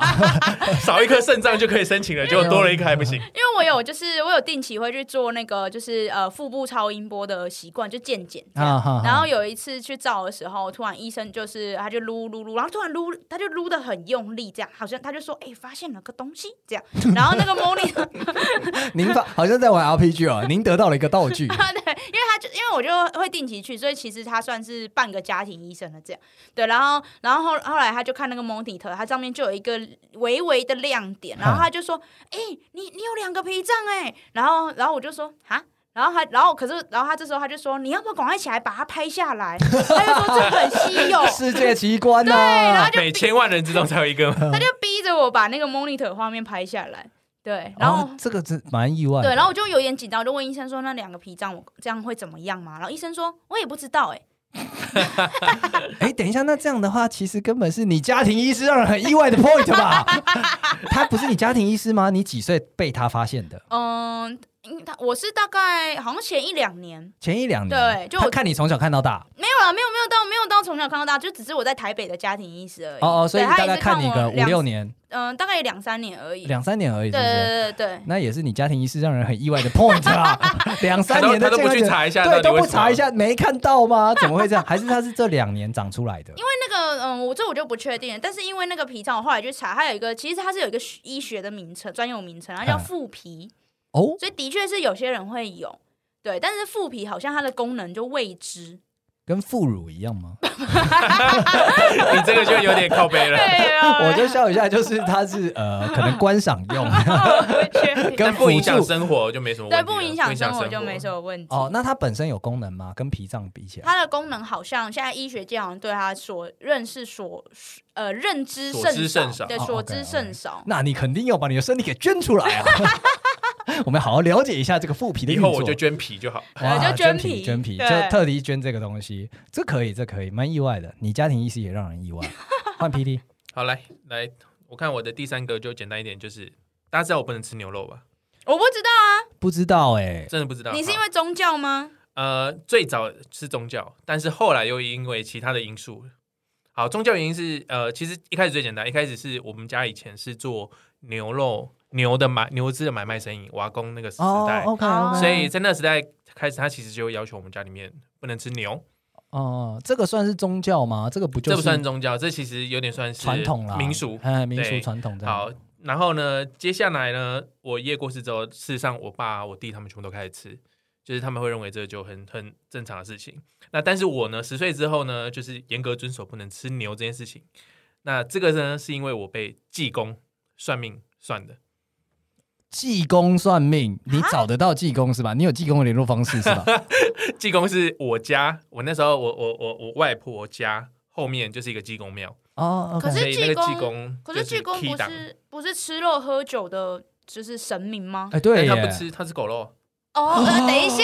Speaker 3: 少一颗肾脏就可以申请了，结果多了一颗还不行。
Speaker 1: 因为我有就是我有定期会去做那个就是呃腹部超音波的习惯，就健检这样。
Speaker 2: 啊哈哈
Speaker 1: 然后有一次去照的时候，突然医生就是他就撸撸撸，然后突然撸他就撸的很用力，这样好像他就说哎、发现了个东西这样。然后那个 monitor
Speaker 2: 您发好像在玩 RPG
Speaker 1: (laughs)
Speaker 2: 哦，您得到了一个道具。
Speaker 1: 对，因为他就因为我就会定期去，所以其实他算是半个家庭医生了这样。对，然后然后后后来他就看那个 monitor，它上面就有一个微微的亮点，然后他就说：“哎、你你有两个脾脏哎、然后然后我就说：“啊。”然后他，然后可是，然后他这时候他就说：“你要不要赶快起来把它拍下来？”他就说：“这很稀有。”
Speaker 2: 世界奇观呐、哦
Speaker 1: 对，然后就啊
Speaker 3: 啊每千万人之中才有一个吗？
Speaker 2: 嗯
Speaker 1: 他就逼着着我把那个 monitor 画面拍下来。对，然后
Speaker 2: 哦这个是蛮意外的，
Speaker 1: 对，然后我就有点紧张，我就问医生说：“那两个脾脏我这样会怎么样嘛？”然后医生说：“我也不知道、欸，哎，
Speaker 2: 哎，等一下，那这样的话，其实根本是你家庭医师让人很意外的 point 吧？他不是你家庭医师吗？你几岁被他发现的？
Speaker 1: 嗯，因他我是大概好像前一两年
Speaker 2: 前一两年，
Speaker 1: 对就我
Speaker 2: 他看你从小看到大，
Speaker 1: 没有了，没有没有到没有到从小看到大，就只是我在台北的家庭医师而已。
Speaker 2: 哦哦，所以
Speaker 1: 对
Speaker 2: 你
Speaker 1: 他
Speaker 2: 大
Speaker 1: 也
Speaker 2: 概
Speaker 1: 是看
Speaker 2: 看你
Speaker 1: 我
Speaker 2: 个五
Speaker 1: 两
Speaker 2: 六，年、
Speaker 1: 嗯，大概两三年而已。
Speaker 2: 两三年而已，
Speaker 1: 对
Speaker 2: 是不是？
Speaker 1: 对对对
Speaker 2: 那也是你家庭医师让人很意外的 point
Speaker 1: (laughs)
Speaker 2: 啊，两三年的
Speaker 3: 他都他都
Speaker 2: 这
Speaker 3: 不
Speaker 2: 样
Speaker 3: 去
Speaker 2: 子
Speaker 3: 查一下到
Speaker 2: 对，
Speaker 3: 底
Speaker 2: 都
Speaker 3: 为
Speaker 2: 不
Speaker 3: 什
Speaker 2: 查
Speaker 3: 么
Speaker 2: 一下，没看到吗？怎么会这样？还是他是这两年长出来的？
Speaker 1: 因为那个，嗯，我这我就不确定了，但是因为那个脾脏，我后来去查，它有一个，其实它是有一个学医学的名称，专有名称，它叫
Speaker 2: 嗯
Speaker 1: 副脾。
Speaker 2: 哦，
Speaker 1: 所以的确是有些人会有，对，但是腹皮好像它的功能就未知，
Speaker 2: 跟副乳一样吗？
Speaker 3: 你这个就有点靠背了。
Speaker 1: 啊对
Speaker 2: (laughs) 我就笑一下，就是他是 (laughs) 哦呃，可能观赏 (laughs) 用。
Speaker 1: 啊，
Speaker 2: 跟
Speaker 3: 但不影
Speaker 2: 辅
Speaker 3: 响
Speaker 2: 助
Speaker 3: 生活就没什么问
Speaker 1: 对，
Speaker 3: 题了。
Speaker 1: 不影响生活就没什么问题。
Speaker 2: 哦，那它本身有功能吗？跟脾脏比起来，
Speaker 1: 它的功能好像现在医学界好像对它所认识所呃认知
Speaker 3: 所知
Speaker 1: 甚
Speaker 3: 甚少
Speaker 1: 对，
Speaker 2: 哦
Speaker 1: 所
Speaker 2: OK，
Speaker 1: 知
Speaker 2: OK
Speaker 1: 甚少。
Speaker 2: 那你肯定要把你的身体给捐出来啊！ (laughs) 我们好好了解一下这个腹皮的
Speaker 3: 以
Speaker 2: 运
Speaker 3: 后
Speaker 2: 作。
Speaker 3: 我就捐皮就好。
Speaker 2: 哇
Speaker 1: 对就
Speaker 2: 捐
Speaker 1: 捐
Speaker 2: 皮，
Speaker 1: 皮
Speaker 2: 捐皮，就
Speaker 1: 对
Speaker 2: 特地捐这个东西，这可以，这可以，蛮意外的。你家庭医师也让人意 (laughs) 外。换 PD，
Speaker 3: 好，来来，我看我的第三个就简单一点，就是大家知道我不能吃牛肉吧？
Speaker 1: 我不知道啊，
Speaker 2: 不知道哎、
Speaker 3: 真的不知道。
Speaker 1: 你是因
Speaker 3: 啊好
Speaker 1: 为宗教吗？
Speaker 3: 呃最早是宗教，但是后来又因为其他的因素。好，宗教原因是呃，其实一开始最简单，一开始是我们家以前是做牛肉牛的买牛脂的买卖生意，瓦工那个时
Speaker 2: 哦
Speaker 3: 代，
Speaker 2: ，OK，OK，
Speaker 1: 哦
Speaker 3: 所以在那个时代开始，他其实就会要求我们家里面不能吃牛，
Speaker 2: 哦、这个算是宗教吗？这个不就
Speaker 3: 这
Speaker 2: 是
Speaker 3: 不算宗教，这其实有点算是
Speaker 2: 传统啦，
Speaker 3: 民俗。
Speaker 2: 哎，民俗
Speaker 3: 对
Speaker 2: 传统这样。
Speaker 3: 好，然后呢，接下来呢，我爷爷过世之后，事实上我爸、我弟他们全部都开始吃，就是他们会认为这就很很正常的事情。那但是我呢，十岁之后呢，就是严格遵守不能吃牛这件事情。那这个呢，是因为我被济公算命算的，
Speaker 2: 济公算命，你找得到济公是吧？你有济公的联络方式是吧？
Speaker 3: 济公是我家，我那时候我我我我外婆家后面就是一个济公庙，
Speaker 2: (laughs) 哦，OK，
Speaker 1: 可
Speaker 3: 所
Speaker 1: 是
Speaker 3: 以
Speaker 1: 济
Speaker 3: 那个
Speaker 1: 公，
Speaker 3: 济公
Speaker 1: 可
Speaker 3: 就是
Speaker 1: 济公
Speaker 3: key
Speaker 1: 不
Speaker 3: 档
Speaker 1: 是不是吃肉喝酒的，就是神明吗？
Speaker 2: (laughs) 哎，对
Speaker 3: 但
Speaker 2: 耶，
Speaker 3: 他不吃，他吃狗肉，
Speaker 1: 哦，呃等一下，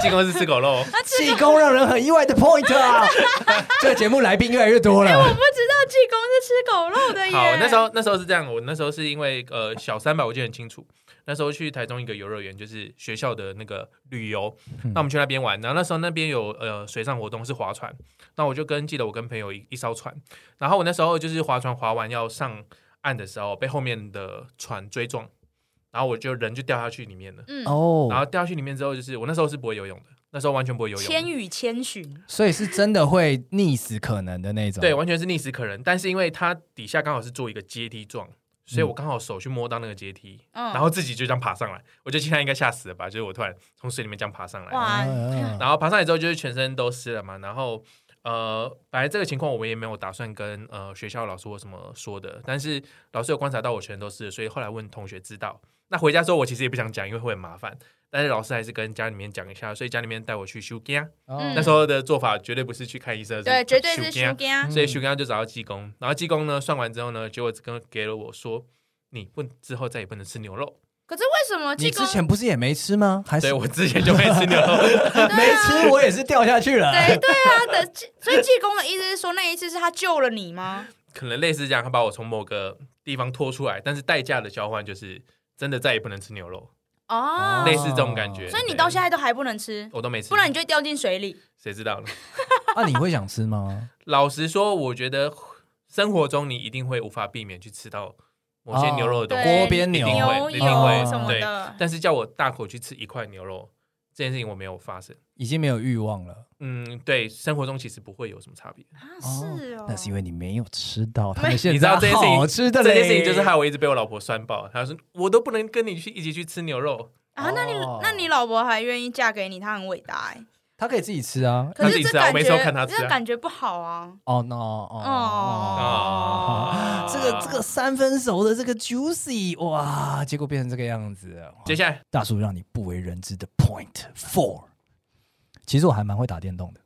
Speaker 3: 济公是吃狗肉。哦
Speaker 1: 他吃
Speaker 2: 济公让人很意外的 point 啊！ (laughs) 哎这个节目来宾越来越多了
Speaker 1: 我。不知道济公是吃狗肉的耶。
Speaker 3: 好，那时候那时候是这样，我那时候是因为呃小三吧，我记得很清楚。那时候去台中一个游乐园，就是学校的那个旅游，那我们去那边玩。然后那时候那边有呃水上活动是划船，那我就跟记得我跟朋友一一艘船，然后我那时候就是划船划完要上岸的时候，被后面的船追撞，然后我就人就掉下去里面了。
Speaker 1: 嗯，
Speaker 3: 然后
Speaker 2: 哦，
Speaker 3: 掉下去里面之后，就是我那时候是不会游泳的，那时候完全不会游泳的。
Speaker 1: 千与千寻，
Speaker 2: 所以是真的会溺死可能的那种。
Speaker 3: 对，完全是逆时可人。但是因为它底下刚好是做一个阶梯状，所以我刚好手去摸到那个阶梯，
Speaker 1: 嗯
Speaker 3: 然后自己就这样爬上来。我就期他应该吓死了吧，就是我突然从水里面这样爬上来，
Speaker 1: 哇，
Speaker 2: 嗯
Speaker 3: 然后爬上来之后就是全身都湿了嘛，然后。呃，本来这个情况我们也没有打算跟呃学校老师或什么说的，但是老师有观察到我全身都湿了，所以后来问同学知道。那回家之后我其实也不想讲，因为会很麻烦，但是老师还是跟家里面讲一下，所以家里面带我去修家。
Speaker 2: 哦
Speaker 1: 嗯
Speaker 3: 那时候的做法绝对不是去看医生，
Speaker 1: 对，绝对是
Speaker 3: 修
Speaker 1: 修
Speaker 3: 惊
Speaker 1: 家。
Speaker 2: 嗯
Speaker 3: 所以徐刚就找到济公，然后济公呢算完之后呢，结果跟给了我说，你不之后再也不能吃牛肉。
Speaker 1: 可是为什么
Speaker 2: 你
Speaker 1: 济
Speaker 2: 之
Speaker 1: 公？
Speaker 2: 前不是也没吃吗？还是
Speaker 3: 对我之前就没吃牛肉，
Speaker 2: (laughs) 没吃，我也是掉下去了。 (laughs)
Speaker 1: 对对 (laughs) 啊的，济所以济公的意思是说，那一次是他救了你吗？
Speaker 3: 可能类似这样，他把我从某个地方拖出来，但是代价的交换就是真的再也不能吃牛肉，
Speaker 1: 哦，
Speaker 3: 类似这种感觉。
Speaker 1: 所以你到现
Speaker 3: 在
Speaker 1: 在都还不能吃，
Speaker 3: 我都没吃，
Speaker 1: 不然你就会掉进水里。
Speaker 3: 谁知道呢？
Speaker 2: 那啊你会想吃吗？
Speaker 3: 老实说，我觉得生活中你一定会无法避免去吃到某些牛肉的东西，
Speaker 1: 对
Speaker 2: 哦锅边牛
Speaker 3: 一定会，一定
Speaker 1: 油
Speaker 3: 会，
Speaker 1: 什么
Speaker 3: 对。
Speaker 1: 的。
Speaker 3: 但是叫我大口去吃一块牛肉，这件事情我没有发生。
Speaker 2: 已经没有欲望了，
Speaker 3: 嗯，对，生活中其实不会有什么差别。
Speaker 1: 啊，是哦，
Speaker 2: 那是因为你没有吃到他们现在
Speaker 3: (laughs) 你知道这件事情
Speaker 2: 好吃的
Speaker 3: 这
Speaker 2: 嘞
Speaker 3: 件事情就是害我一直被我老婆酸爆，她说我都不能跟你去一起去吃牛肉，
Speaker 1: 啊，那你
Speaker 2: 哦
Speaker 1: 那你老婆还愿意嫁给你，她很伟大哎。
Speaker 2: 他可以自己吃啊。
Speaker 1: 可
Speaker 3: 她自
Speaker 1: 是
Speaker 3: 己
Speaker 1: 这
Speaker 3: 吃啊我
Speaker 1: 感
Speaker 3: 每
Speaker 1: 觉
Speaker 3: 次都看她吃啊
Speaker 1: 这感觉不好啊。
Speaker 2: 哦，no，哦，
Speaker 1: 哦
Speaker 3: 啊，
Speaker 2: 这个这个三分熟的这个 juicy，哇，结果变成这个样子。哇
Speaker 3: 接下来
Speaker 2: 大叔让你不为人知的 point four。其实我还蛮会打电动的，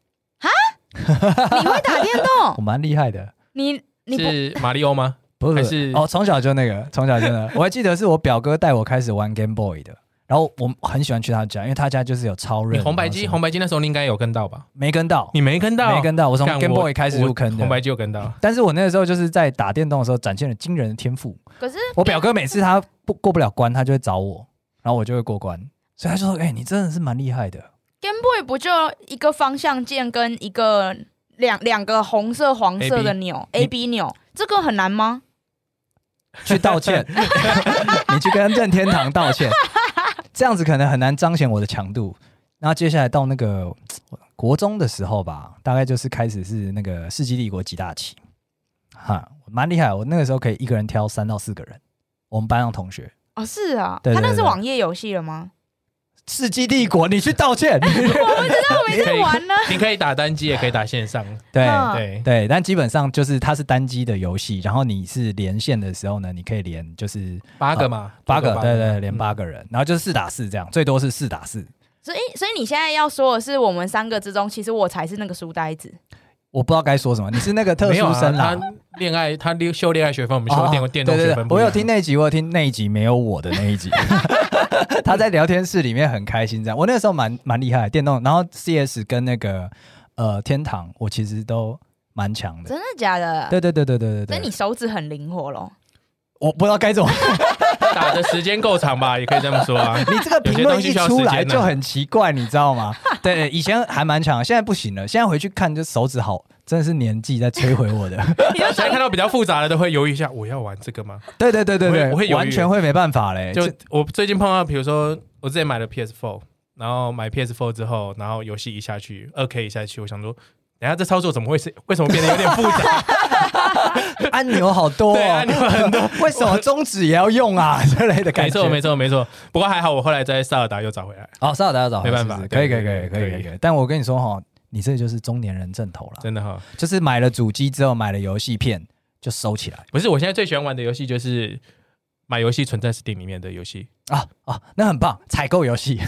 Speaker 1: 你会打电动？哦
Speaker 2: 我蛮厉害的。
Speaker 1: 你你不
Speaker 3: 是马里奥吗？
Speaker 2: 不
Speaker 3: 还
Speaker 2: 是
Speaker 3: 是
Speaker 2: 哦，从小就那个，从小就那个。
Speaker 3: (laughs)
Speaker 2: 我还记得是我表哥带我开始玩 Game Boy 的，然后我很喜欢去他家，因为他家就是有超人啊
Speaker 3: 你红白机，
Speaker 2: 然后什么
Speaker 3: 红白机那时候你应该有跟到吧？
Speaker 2: 没跟到，
Speaker 3: 你没跟到，
Speaker 2: 没跟到，我从
Speaker 3: 干
Speaker 2: Game
Speaker 3: 我
Speaker 2: Boy 开始入坑
Speaker 3: 我
Speaker 2: 的
Speaker 3: 红。白机有跟到。
Speaker 2: 但是我那个时候就是在打电动的时候展现了惊人的天赋。
Speaker 1: 可是
Speaker 2: 我表哥每次他不过不了关，他就会找我，然后我就会过关，所以他就说：“哎、你真的是蛮厉害的。
Speaker 1: Game Boy 不就一个方向键跟一个两两个红色黄色的钮
Speaker 3: A B
Speaker 1: A B 钮，这个很难吗？”
Speaker 2: 去道 (laughs) 歉，你去跟任天堂道歉，这样子可能很难彰显我的强度。然后接下来到那个呃国中的时候吧，大概就是开始是那个世纪帝国几大棋，哈，蛮厉害。我那个时候可以一个人挑三到四个人，我们班上同学。
Speaker 1: 哦，是啊，
Speaker 2: 对对
Speaker 1: 它那
Speaker 2: 对
Speaker 1: 是网页游戏了吗？
Speaker 2: 世纪帝国，你去道 (laughs) 歉。
Speaker 1: 那 (laughs) 我没在玩呢。
Speaker 3: 你可以打单机，也可以打
Speaker 2: (laughs)
Speaker 3: 线上。
Speaker 2: 对
Speaker 1: 嗯
Speaker 3: 对，
Speaker 2: 对，但基本上就是它是单机的游戏，然后你是连线的时候呢，你可以连就是
Speaker 3: 八个嘛，
Speaker 2: 八
Speaker 3: 多
Speaker 2: 个，对对，连
Speaker 3: 嗯
Speaker 2: 八个人，然后就是四打四这样，最多是四打四。
Speaker 1: 所以，所以你现在要说的是，我们三个之中，其实我才是那个书呆子。
Speaker 2: 我不知道该说什么，你是那个特
Speaker 3: 没有
Speaker 2: 殊
Speaker 3: 啊
Speaker 2: 生啦。
Speaker 3: 他恋爱，他修修恋爱学分，我们修
Speaker 2: 哦
Speaker 3: 电
Speaker 2: 哦
Speaker 3: 电动
Speaker 2: 对对对
Speaker 3: 学分。
Speaker 2: 我有听，那一集，我有听那一集没有我的那一
Speaker 3: (laughs)
Speaker 2: 集，他在聊天室里面很开心这样。我那个时候蛮蛮厉害的，电动，然后 CS 跟那个呃天堂，我其实都蛮强的。
Speaker 1: 真的假的？
Speaker 2: 对对对对对对
Speaker 1: 所以
Speaker 2: 对，
Speaker 1: 你手指很灵活咯。
Speaker 2: 我不知道该
Speaker 1: (laughs)
Speaker 2: 怎么
Speaker 3: 打的时间够长
Speaker 2: (laughs)
Speaker 3: 吧，也可以这么说啊。
Speaker 2: 你这个评
Speaker 3: 有些东
Speaker 2: 论
Speaker 3: 西
Speaker 2: 一
Speaker 3: 需要
Speaker 2: 出
Speaker 3: 时
Speaker 2: 来
Speaker 3: 间呢啊
Speaker 2: 就很奇怪，你知道吗？对，以前还蛮强，现在不行了。现在回去看，就手指好，真的是年纪在摧毁我的。
Speaker 3: (laughs)
Speaker 2: (laughs)
Speaker 3: 现在看到比较复杂的，都会犹豫一下，我要玩这个吗？
Speaker 2: 对对对对对，
Speaker 3: 我会我会犹豫
Speaker 2: 完全会没办法嘞。
Speaker 3: 就
Speaker 2: 就
Speaker 3: 我最近碰到，比如说我之前买了 PS4，然后买 PS4 之后，然后游戏一下去，二 K 一下去，我想说，等一下这操作怎么会是为什么变得有点复杂？ (laughs)
Speaker 2: 按钮好多、哦
Speaker 3: 对，按钮很多。
Speaker 2: 为什么中指也要用
Speaker 3: (laughs)
Speaker 2: 啊之类的 (laughs) 感
Speaker 3: 没
Speaker 2: 觉？
Speaker 3: 错，没错，没错。不过还好，我后来在塞尔达又找回来，
Speaker 2: 哦，稍等，稍等，
Speaker 3: 没办法
Speaker 2: 是是可
Speaker 3: 对
Speaker 2: 以，可以，可
Speaker 3: 对
Speaker 2: 以，可
Speaker 3: 对
Speaker 2: 以，可以。可以但我跟你说哈，你这就是中年人症头了，
Speaker 3: 真的哈。
Speaker 2: 就是买了主机之后，买了游戏片就收起来
Speaker 3: 不是，我现在最喜欢玩的游戏就是买游戏存在 Steam 里面的游
Speaker 2: (laughs)
Speaker 3: 戏，
Speaker 2: 啊啊，那很棒，采购游
Speaker 3: (laughs)
Speaker 2: 戏。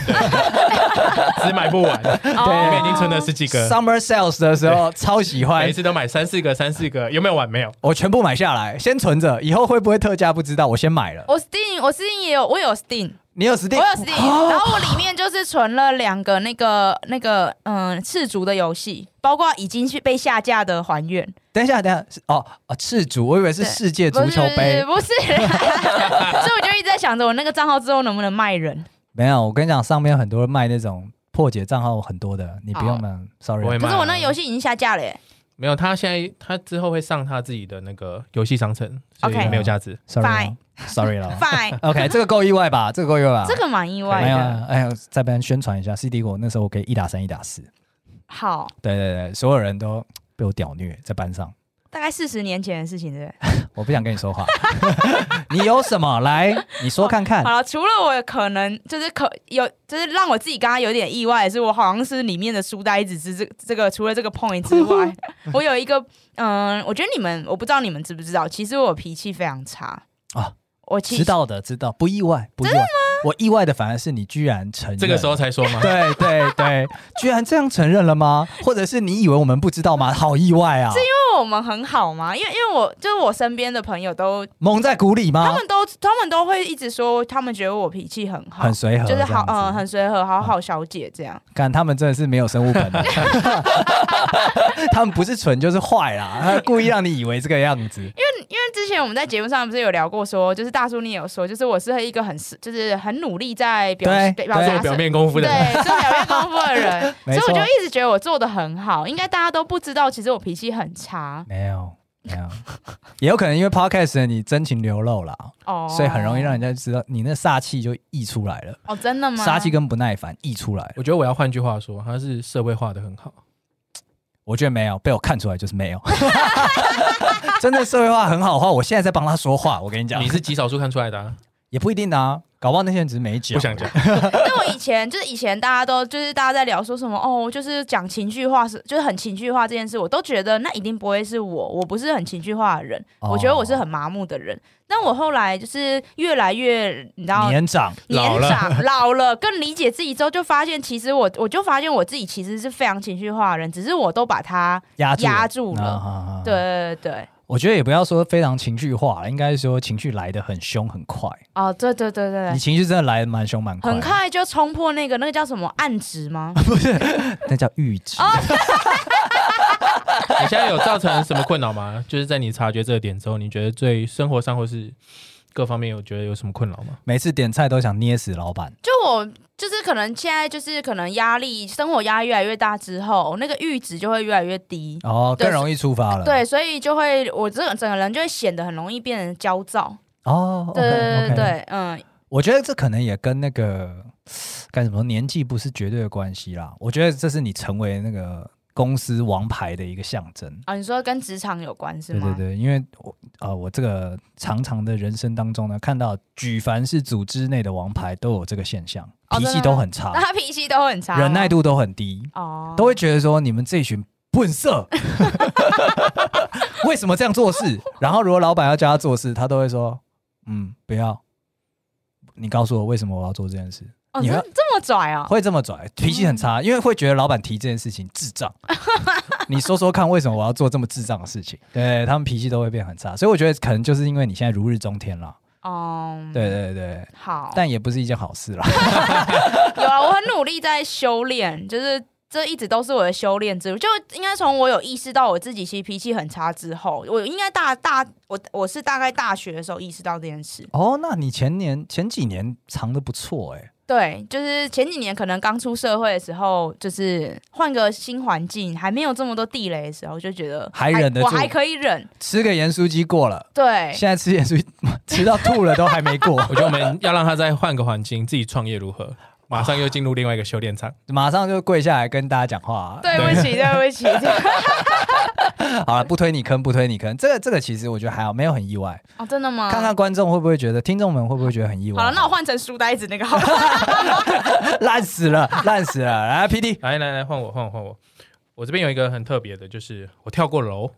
Speaker 3: 只买不完，里
Speaker 1: 哦
Speaker 3: 面已经存了十几
Speaker 2: (laughs)
Speaker 3: 个，
Speaker 2: Summer Sales 的时候超喜欢
Speaker 3: 每一，次都买三四个，三四个，有没有玩？没有。
Speaker 2: 我全部买下来，先存着，以后会不会特价不知道，我先买了。
Speaker 1: 我 Steam，我 Steam 也有，我有 Steam，
Speaker 2: 你有
Speaker 1: 我
Speaker 2: Steam？哦
Speaker 1: 有 Steam，然后我里面就是存了两个那个那个嗯赤足的游戏，包括已经去被下架的还愿，
Speaker 2: 等一下，等一下，是哦哦，赤足，我以为是
Speaker 1: 对
Speaker 2: 世界
Speaker 1: 不
Speaker 2: 足
Speaker 1: 是
Speaker 2: 球
Speaker 1: 不是
Speaker 2: 杯。
Speaker 1: 不是， (laughs) 所以我就一直在想着我那个账号之后能不能卖人。
Speaker 2: 没有，我跟你讲，上面很多卖那种破解账号很多的，你不用买，sorry
Speaker 3: 哦我。会
Speaker 1: 可
Speaker 3: 买
Speaker 1: 是
Speaker 3: 啊
Speaker 1: 我那个游戏已经下架
Speaker 2: (laughs)
Speaker 1: 了耶，
Speaker 3: 没有，他现在他之后会上他自己的那个游戏商城，所以
Speaker 1: OK
Speaker 3: 没有价值。
Speaker 2: sorry
Speaker 1: 拜
Speaker 2: 了 sorry 了。
Speaker 1: (laughs) fine，
Speaker 2: OK，这个够意外吧？这个够意外吧？
Speaker 1: (laughs) 这个蛮意
Speaker 2: 啊
Speaker 1: 外
Speaker 2: 没有，
Speaker 1: 的。
Speaker 2: 哎呦，在边宣传一下，CD 国那时候我可以一打三，一打四。
Speaker 1: 好，
Speaker 2: 对对对，所有人都被我屌虐在班上，
Speaker 1: 大概四十年前的事情，对不
Speaker 2: 我不想跟你
Speaker 1: (laughs)
Speaker 2: 说话。你有什么来？你说看 (laughs) 看
Speaker 1: 对？。好了，除了我可能就是可有，就是让我自己刚刚有点意外，是我好像是里面的书呆子之这这个除了这个 point
Speaker 2: (laughs)
Speaker 1: 之外，我有一个嗯、我觉得你们我不知道你们知不知道，其实我脾气非常差
Speaker 2: 啊，
Speaker 1: 我其
Speaker 2: 知道的，知道，不意外，不意外。我意外的反而是你居然承认，
Speaker 3: 这个时候。才说吗？
Speaker 2: 对对对，居然这样承认了吗？或者是你以为我们不知道吗？好意外啊！
Speaker 1: 因为我们很好嘛，因为因为我就是我身边的朋友都
Speaker 2: 蒙在鼓里
Speaker 1: 他
Speaker 2: 吗？
Speaker 1: 们都他们都会一直说，他们觉得我脾气很好，
Speaker 2: 很随和，
Speaker 1: 就是好，
Speaker 2: 这样子啊
Speaker 1: 嗯，很随和，好好小姐这样。
Speaker 2: 看他们真的是没有生物本
Speaker 1: (laughs)
Speaker 2: 能，他们不是蠢就是坏啦，他故意让你以为这个样子。
Speaker 1: 因为之前我们在节目上不是有聊过说，就是大叔你有说，就是我是一个很就是很努力在表
Speaker 2: 对
Speaker 1: 表达
Speaker 2: 对
Speaker 3: (laughs) 做表面功夫的人，
Speaker 1: 对做表面功夫的人，所
Speaker 2: (laughs) 没
Speaker 1: 以
Speaker 2: 错
Speaker 1: 我就一直觉得我做的很好，应该大家都不知道，其实我脾气很差
Speaker 2: 没有没有，也有可能因为 podcast 的你真情流露啦，
Speaker 1: 哦，
Speaker 2: 所以很容易让人家知道你那煞气就溢出来了，
Speaker 1: 哦真的吗？
Speaker 2: 杀气跟不耐烦溢出来了。
Speaker 3: 我觉得我要换句话说，他是社会化的很好。
Speaker 2: 我觉得没有，被我看出来就是没有。 (laughs) 真的社会化很好的话，我现在在帮他说话。我跟你讲，
Speaker 3: 你是极少数看出来的、啊，
Speaker 2: 也不一定啊，搞不好那些人只是没讲。
Speaker 3: 不想讲。
Speaker 1: 但我以前就是以前大家都就是大家在聊说什么哦，就是讲情绪化是就是很情绪化这件事，我都觉得那一定不会是我，我不是很情绪化的人，
Speaker 2: 哦
Speaker 1: 我觉得我是很麻木的人。但我后来就是越来越你知道。
Speaker 2: 年长，
Speaker 1: 年
Speaker 3: 老了
Speaker 1: 长老了，更理解自己之后，就发现其实我，我就发现我自己其实是非常情绪化的人，只是我都把它
Speaker 2: 压住
Speaker 1: 压住了
Speaker 2: 啊啊啊啊
Speaker 1: 对对对，
Speaker 2: 我觉得也不要说非常情绪化了，应该说情绪来的很凶很快。
Speaker 1: 哦，对对对对
Speaker 2: 你，情绪真的来的蛮凶蛮快，
Speaker 1: 很，快就冲破那个那个叫什么暗值
Speaker 2: (laughs)
Speaker 1: 吗？
Speaker 2: 那叫阈
Speaker 1: 哦
Speaker 2: 值。
Speaker 3: 你现在有造成什么困扰吗？就是在你察觉这个点之后，你觉得最生活上或是各方面有觉得有什么困扰吗？
Speaker 2: 每次点菜都想捏死老板，
Speaker 1: 就我就是可能现在就是可能压力，生活压力越来越大之后，那个阈值就会越来越低。
Speaker 2: 哦，
Speaker 1: 对
Speaker 2: 更容易触发了。
Speaker 1: 对，所以就会我这个整个人就会显得很容易变得焦躁。
Speaker 2: 哦，
Speaker 1: 对
Speaker 2: OK，OK
Speaker 1: 对对对，嗯，
Speaker 2: 我觉得这可能也跟那个该怎么说年纪不是绝对的关系啦。我觉得这是你成为那个公司王牌的一个象征。
Speaker 1: 啊，你说跟职场有关是
Speaker 2: 对
Speaker 1: 吗？
Speaker 2: 对对，因为我呃，我这个长长的人生当中呢，看到举凡是组织内的王牌都有这个现象，
Speaker 1: 哦
Speaker 2: 脾
Speaker 1: 真
Speaker 2: 气
Speaker 1: 的
Speaker 2: 都
Speaker 1: 吗
Speaker 2: 很差
Speaker 1: 那， (laughs) 他脾气都很差吗，
Speaker 2: 啊忍耐度都很低，
Speaker 1: 哦，
Speaker 2: 都会觉得说你们这群混色，为什么这样做事？然后如果老板要叫他做事，他都会说，嗯，不要。你告诉我为什么我要做这件事？
Speaker 1: 哦，
Speaker 2: 你
Speaker 1: 这
Speaker 2: 要
Speaker 1: 这么拽啊！
Speaker 2: 会这么拽，脾气很差，因为会觉得老板提这件事情智障。你说说看，为什么我要做这么智障的事情？对他们脾气都会变很差，所以我觉得可能就是因为你现在如日中天了。
Speaker 1: 哦，
Speaker 2: 对，对对，
Speaker 1: 好，
Speaker 2: 但也不是一件好事啦。 (laughs)
Speaker 1: 有啊，我很努力在修炼，就是这一直都是我的修炼之路。就应该从我有意识到我自己其实脾气很差之后，我应该大大我我是大概大学的时候意识到这件事。
Speaker 2: 哦，那你前年前几年藏的不错哎、
Speaker 1: 对，就是前几年可能刚出社会的时候，就是换个新环境，还没有这么多地雷的时候，就觉得
Speaker 2: 还忍得
Speaker 1: 我
Speaker 2: 住
Speaker 1: 还可以忍。
Speaker 2: 吃个盐酥鸡过了，
Speaker 1: 对，
Speaker 2: 现在吃盐酥鸡吃到吐了都还没 (laughs) 过，
Speaker 3: 我觉得我们要让他再换个环境，自己创业如何？马上又进入另外一个修炼场。
Speaker 2: 马上就跪下来跟大家讲话。
Speaker 1: 对不起，对不起， (laughs)
Speaker 2: 好了，不推你坑，不推你坑。这个这个其实我觉得还好，没有很意外。
Speaker 1: 哦，真的吗？
Speaker 2: 看看观众会不会觉得，听众们会不会觉得很意外？
Speaker 1: 好了，那我换成书呆子那个好了。
Speaker 2: (laughs) 烂死了，烂死了！来，P D，
Speaker 3: 来来来，换我换我换我。我这边有一个很特别的，就是我跳过楼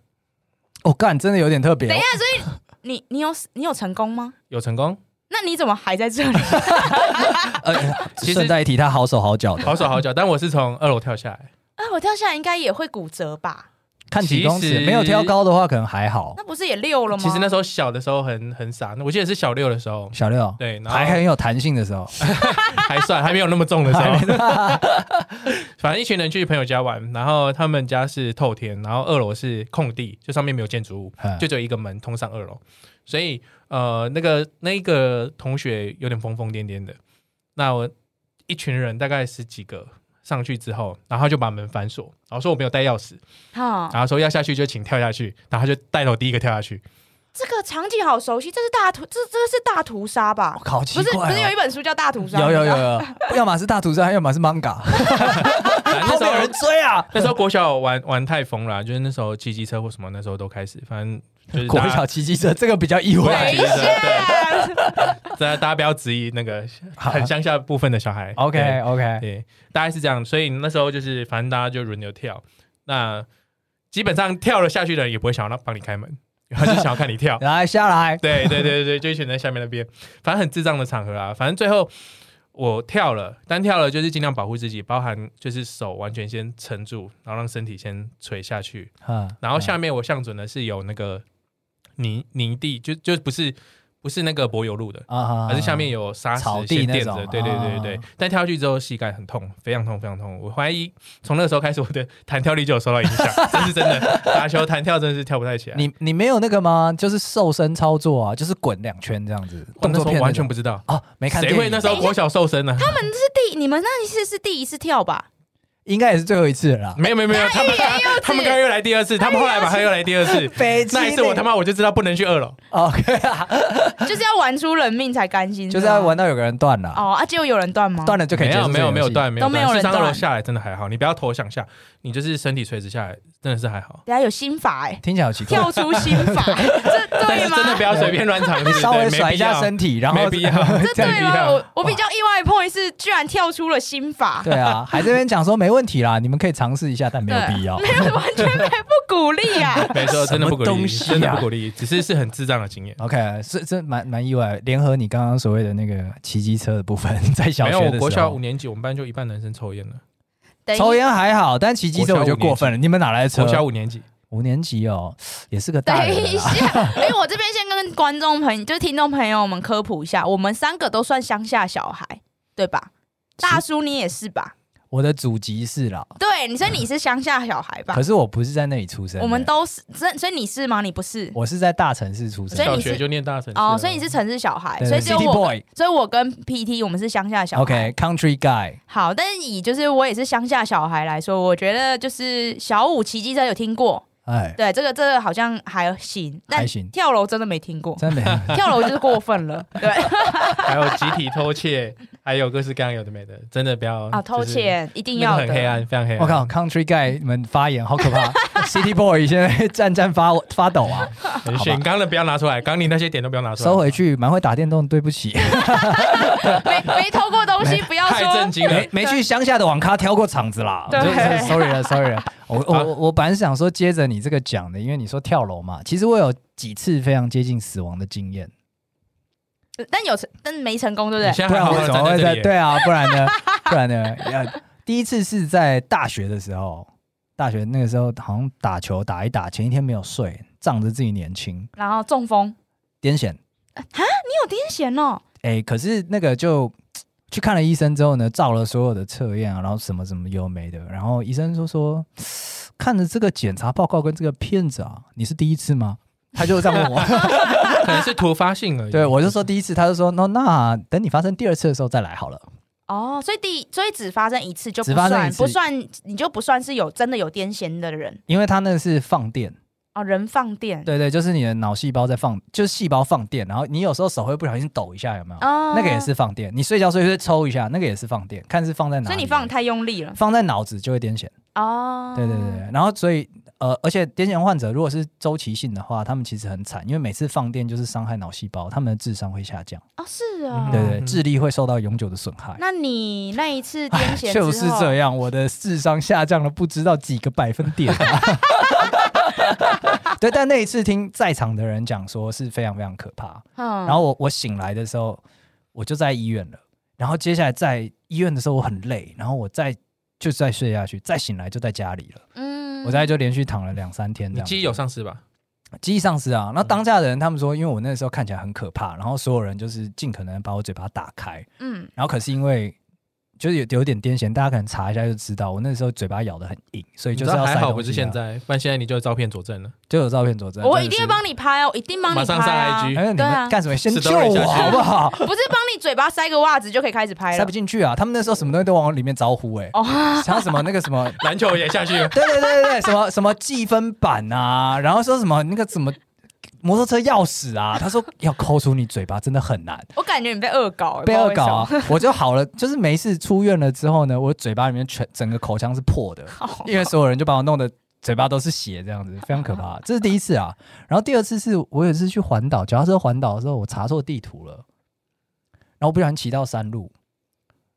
Speaker 2: 我哦干，真的有点特别
Speaker 1: 等一。下，所以你你有你有成功吗？ (laughs)
Speaker 3: 有成功，
Speaker 1: 那你怎么还在这
Speaker 3: (laughs)
Speaker 1: 里？
Speaker 2: (laughs) 呃，
Speaker 3: 其
Speaker 2: 顺
Speaker 3: 实
Speaker 2: 带一提，他好手好脚的，
Speaker 3: (laughs) 好手好脚，但我是从二楼跳下来。
Speaker 1: 啊，我跳下来应该也会骨折吧？
Speaker 2: 看几公
Speaker 3: 其
Speaker 2: 尺，
Speaker 3: 实
Speaker 2: 没有跳高的话可能还好。
Speaker 1: 那不是也六了吗？
Speaker 3: 其实那时候小的时候很很傻，那我记得是小六的时候，
Speaker 2: 小六，
Speaker 3: 对，然后
Speaker 2: 还很有弹性的时 (laughs) 候，
Speaker 3: 还算还没有那么重的时候。 (laughs) 反正一群人去朋友家玩，然后他们家是透天，然后二楼是空地，就上面没有建筑物，
Speaker 2: 嗯
Speaker 3: 就只有一个门通上二楼。所以呃，那个那一个同学有点疯疯癫癫的，那我一群人大概十几个上去之后，然后他就把门反锁，然后说我没有带钥匙，
Speaker 1: 哈，
Speaker 3: 然后说要下去就请跳下去，然后他就带头第一个跳下去。
Speaker 1: 这个场景好熟悉，这是大屠，这这个是大屠杀吧
Speaker 2: 我？靠，
Speaker 3: 啊
Speaker 2: 奇
Speaker 1: 不是，不
Speaker 2: 怪
Speaker 1: 是有
Speaker 2: 哦。
Speaker 1: 一本书叫《大屠杀》？
Speaker 2: 有有有 (laughs) 有，要么是大屠杀，要么是 manga，
Speaker 3: 反正那
Speaker 2: (laughs) 后
Speaker 3: 时候
Speaker 2: 面有人追啊。
Speaker 3: 那时候国小玩玩太疯了，啊就是那时候骑机车或什么，那时候都开始，反正就是
Speaker 2: 国
Speaker 3: 大家
Speaker 2: 小骑机车这个比较意
Speaker 3: 国小
Speaker 2: 外
Speaker 3: 骑。机车，
Speaker 1: 哎
Speaker 3: 对， (laughs) 大家大家不要质疑那个很乡下部分的小孩。
Speaker 2: OK
Speaker 3: 对
Speaker 2: OK，。
Speaker 3: 对，大概是这样，所以那时候就是反正大家就轮流跳，那基本上跳了下去的人也不会想要帮你开门， (laughs) 他就想要看你跳
Speaker 2: (laughs) 来下来，
Speaker 3: 对对对对，就一群人在下面那边，反正很智障的场合啊，反正最后。我跳了，单跳了就是尽量保护自己，包含就是手完全先撑住，然后让身体先垂下去，
Speaker 2: 嗯
Speaker 3: 然后下面我向准的是有那个泥泥地，就就不是不是那个柏油路的，
Speaker 2: 啊
Speaker 3: 而是下面有沙石
Speaker 2: 草地
Speaker 3: 先
Speaker 2: 那
Speaker 3: 垫着。
Speaker 2: 种
Speaker 3: 对对对对
Speaker 2: 啊
Speaker 3: 对。但跳下去之后膝盖很痛，非常痛非常痛。我怀疑从那个时候开始，我的弹跳力就有受到影
Speaker 2: (laughs)
Speaker 3: 响，这是真的。打球弹跳真的是跳不太起来。
Speaker 2: 你你没有那个吗？就是瘦身操作啊，就是滚两圈这样子，
Speaker 3: 我
Speaker 2: 动
Speaker 3: 哦那
Speaker 2: 作
Speaker 3: 时候
Speaker 2: 片
Speaker 3: 完
Speaker 2: 那
Speaker 3: 全
Speaker 2: 种
Speaker 3: 不知道，
Speaker 2: 哦，没看
Speaker 3: 谁
Speaker 2: 电
Speaker 3: 会
Speaker 2: 影
Speaker 3: 那时候国小瘦身呢？
Speaker 1: 他们是第你们那一次是第一次跳
Speaker 3: (laughs)
Speaker 1: 吧？
Speaker 2: 应该也是最后一次了啦。
Speaker 3: 没有没有没有，他们刚他们刚刚又来第二次，他们后来把他又来第二次。
Speaker 2: 北
Speaker 3: 那一次我他妈我就知道不能去二楼，
Speaker 2: OK 啊，
Speaker 1: 就是要玩出人命才甘心，
Speaker 2: 就是
Speaker 1: 吗
Speaker 2: 要玩到有个人断了，
Speaker 1: 哦啊！结果有人断吗？
Speaker 2: 断了就可以
Speaker 3: 没
Speaker 2: 结束
Speaker 3: 有没
Speaker 2: 这个
Speaker 3: 有没有
Speaker 2: 游戏。
Speaker 3: 断，没有
Speaker 1: 都没有人
Speaker 3: 上二楼
Speaker 1: 断
Speaker 3: 下来真的还好，你不要投想下，你就是身体垂直下来，真的是还好。
Speaker 1: 等下有心法哎、
Speaker 2: 听起来好奇怪。
Speaker 1: 跳出心
Speaker 3: (laughs)
Speaker 1: 法，这
Speaker 3: 但
Speaker 1: 对
Speaker 3: 是真的
Speaker 1: 吗
Speaker 3: 不？要随便乱尝
Speaker 2: 你 (laughs)
Speaker 3: 试，
Speaker 2: 稍微
Speaker 3: 对没
Speaker 2: 甩一
Speaker 3: 必
Speaker 2: 下
Speaker 3: 要
Speaker 2: 身体，然后 (laughs)
Speaker 3: 没必要
Speaker 1: 这
Speaker 3: 这
Speaker 1: 对
Speaker 3: 样不一
Speaker 1: 吗？
Speaker 3: 样
Speaker 1: 我我比较意外的 point 是，居然跳出了心法，
Speaker 2: 对啊，还这边讲说没问题啦，你们可以尝试一下，但没有必要
Speaker 1: 没。有完全没不鼓
Speaker 2: (laughs)
Speaker 1: 励啊！
Speaker 3: (laughs) 没错，真的不鼓
Speaker 2: 什么东
Speaker 3: 励，
Speaker 2: 西啊
Speaker 3: 真的不鼓励，只是是很智障的经验。
Speaker 2: OK，是真蛮蛮意外。联合你刚刚所谓的那个骑机车的部分， (laughs) 在小
Speaker 3: 没
Speaker 2: 学
Speaker 3: 有，我
Speaker 2: 的
Speaker 3: 国
Speaker 2: 时
Speaker 3: 小五
Speaker 2: 候，
Speaker 3: 年级，我们班就一半男生抽烟了。
Speaker 1: 等一
Speaker 2: 抽烟还好，但骑机车我就过分了。你们哪来的车
Speaker 3: 国？小五年级，
Speaker 2: 五年级哦，也是个大
Speaker 1: 等
Speaker 2: 人
Speaker 1: 一
Speaker 2: 了啦。
Speaker 1: 下，哎、我这边先跟观众朋友，就是听众朋友们科普一下，我们三个都算乡下小孩，对吧？大叔你也是吧？
Speaker 2: 我的祖籍是啦，
Speaker 1: 对，你所以你是乡下小孩吧
Speaker 2: 可？是我不是在那里出生的。
Speaker 1: 我们都是，所以所以你是吗？你不是
Speaker 2: 我是在大城市出生
Speaker 1: 所以
Speaker 2: 的。
Speaker 3: 小
Speaker 1: 你是
Speaker 3: 学就念大城市
Speaker 1: 哦，
Speaker 3: 了
Speaker 1: 所以你是城市小孩，
Speaker 2: 对
Speaker 1: 所以只有
Speaker 2: City
Speaker 1: 我
Speaker 2: boy
Speaker 1: 跟，所以我跟 PT 我们是乡下小孩。
Speaker 2: OK，Country Guy，
Speaker 1: 好，但是以就是我也是乡下小孩来说，我觉得就是小五骑机车有听过，
Speaker 2: 哎，
Speaker 1: 对，这个这个好像还行，但
Speaker 2: 还行
Speaker 1: 跳楼真的没听
Speaker 2: (laughs)
Speaker 1: 过，
Speaker 2: 真的
Speaker 1: 跳楼就是过
Speaker 2: (laughs)
Speaker 1: 分了，对
Speaker 3: (laughs) 还有集体偷窃，还有各式各样有的没的，真的不要
Speaker 1: 啊，偷
Speaker 3: 就是
Speaker 1: 窃一定
Speaker 3: 那
Speaker 1: 要
Speaker 3: 个
Speaker 1: 的，
Speaker 3: 很黑暗，非常黑暗。
Speaker 2: 我靠，Country Guy 你们发言好可怕 (laughs) ，City Boy 现在战战发发抖 (laughs) 啊，
Speaker 3: 很炫！刚的不要拿出来，刚你那些点都不要拿出来，
Speaker 2: 收回去，蛮会打电动，对不起，
Speaker 1: 没没偷过东西，
Speaker 2: (laughs)
Speaker 1: 不要
Speaker 3: 太震
Speaker 1: 说。
Speaker 3: 惊了
Speaker 2: 没。没去乡下的网咖挑过场子啦，
Speaker 1: 对
Speaker 2: 就是 sorry 了，sorry 了。我
Speaker 3: 好
Speaker 2: 我我本来是想说接着你这个讲的，因为你说跳楼嘛，其实我有几次非常接近死亡的经验，
Speaker 1: 但有成，但没成功，对不
Speaker 3: 你
Speaker 1: 对？
Speaker 3: 现
Speaker 2: 对
Speaker 3: 在还
Speaker 2: 啊，
Speaker 3: 好
Speaker 2: 我
Speaker 3: 好
Speaker 2: 怎么
Speaker 3: 站
Speaker 2: 会
Speaker 3: 在
Speaker 2: 在？
Speaker 3: 这里，
Speaker 2: 对啊，不然呢？不然呢？呃，第一次是在大学的时候，大学那个时候好像打球打一打，前一天没有睡，仗着自己年轻，
Speaker 1: 然后中风，你
Speaker 2: 癫痫。
Speaker 1: 有癫痫哦，
Speaker 2: 哎、可是那个就去看了医生之后呢，照了所有的测验啊，然后什么什么有没的，然后医生说说，看着这个检查报告跟这个片子啊，你是第一次吗？他就这样
Speaker 1: (laughs)
Speaker 2: 问我，
Speaker 3: 可能是突发性而已。
Speaker 2: 对我就说第一次，他就说那那等你发生第二次的时候再来好了。
Speaker 1: 哦，所以第所以只发生一次就不
Speaker 2: 只发生一
Speaker 1: 算，
Speaker 2: 次
Speaker 1: 不算你就不算是有真的有癫痫的人
Speaker 2: 因为他那个是放电，
Speaker 1: 哦，人放电，
Speaker 2: 对对，就是你的脑细胞在放，就是细胞放电，然后你有时候手会不小心抖一下，有没有？
Speaker 1: 哦
Speaker 2: 那个也是放电，你睡觉睡睡抽一下，那个也是放电，看是放在哪里。啊
Speaker 1: 所以你放得太用力了
Speaker 2: 放在脑子就会癫痫。
Speaker 1: 哦。
Speaker 2: 对对对，对，然后所以呃，而且癫痫患者如果是周期性的话，他们其实很惨，因为每次放电就是伤害脑细胞，他们的智商会下降，
Speaker 1: 哦是哦，
Speaker 3: 嗯
Speaker 2: 对对，
Speaker 3: 嗯
Speaker 2: 智力会受到永久的损害。
Speaker 1: 那你那一次癫痫之
Speaker 2: 就
Speaker 1: 后，
Speaker 2: 是这样，我的智商下降了不知道几个百分点、啊
Speaker 1: (laughs)
Speaker 2: 对，但那一次听在场的人讲说是非常非常可怕。
Speaker 1: 嗯，
Speaker 2: 然后我我醒来的时候，我就在医院了。然后接下来在医院的时候我很累，然后我再就再睡下去，再醒来就在家里了。
Speaker 1: 嗯
Speaker 2: 我在就连续躺了两三天这
Speaker 3: 你
Speaker 2: 样子。
Speaker 3: 记忆有丧失吧？
Speaker 2: 记忆丧失啊。那当下的人他们说，因为我那时候看起来很可怕，然后所有人就是尽可能把我嘴巴打开，
Speaker 1: 嗯
Speaker 2: 然后可是因为。就是有有点癫痫，大家可能查一下就知道，我那时候嘴巴咬得很硬，所以
Speaker 3: 你
Speaker 2: 就
Speaker 3: 知
Speaker 2: 是
Speaker 3: 道
Speaker 2: 要
Speaker 3: 还
Speaker 2: 塞
Speaker 3: 好
Speaker 2: 东
Speaker 3: 不是
Speaker 2: 西
Speaker 3: 现
Speaker 2: 啊，
Speaker 3: 在，不然现在你就有照片佐证了。
Speaker 2: 就有照片佐证。
Speaker 1: 我
Speaker 2: 真
Speaker 1: 一
Speaker 2: 的
Speaker 1: 定
Speaker 2: 是
Speaker 1: 会帮你拍哦，一定帮你
Speaker 3: 马上上
Speaker 1: 拍啊！
Speaker 2: 哎，
Speaker 3: IG，
Speaker 2: 你
Speaker 1: 对啊
Speaker 2: 们干什么？先
Speaker 3: Story
Speaker 2: 救我
Speaker 3: 下去
Speaker 2: 好不好？
Speaker 1: 不是帮你嘴巴塞个袜子就可以开始拍
Speaker 2: 塞
Speaker 1: 了
Speaker 2: 不。进去啊！他们那时候什么东西都往里面招呼、哎、
Speaker 1: 哦， (laughs)
Speaker 2: 像什么那个什么，，
Speaker 3: 篮球也下去了
Speaker 2: 对对对对对，什么什么计分板啊，然后说什么那个什么摩托车钥匙啊，他说要抠出你嘴巴真的很难。
Speaker 1: 我感觉你被恶搞，
Speaker 2: 被恶搞啊！
Speaker 1: 不知道为什么！(laughs)
Speaker 2: 我就好了，就是没事出院了之后呢，我嘴巴里面全整个口腔是破的，
Speaker 1: 好啊
Speaker 2: 因为所有人就把我弄得嘴巴都是血，这样子非常可
Speaker 1: (laughs)
Speaker 2: 怕。这是第一次啊，然后第二次是我有一次去环岛，脚踏车环岛的时候，我查错地图了，然后我不小心骑到山路，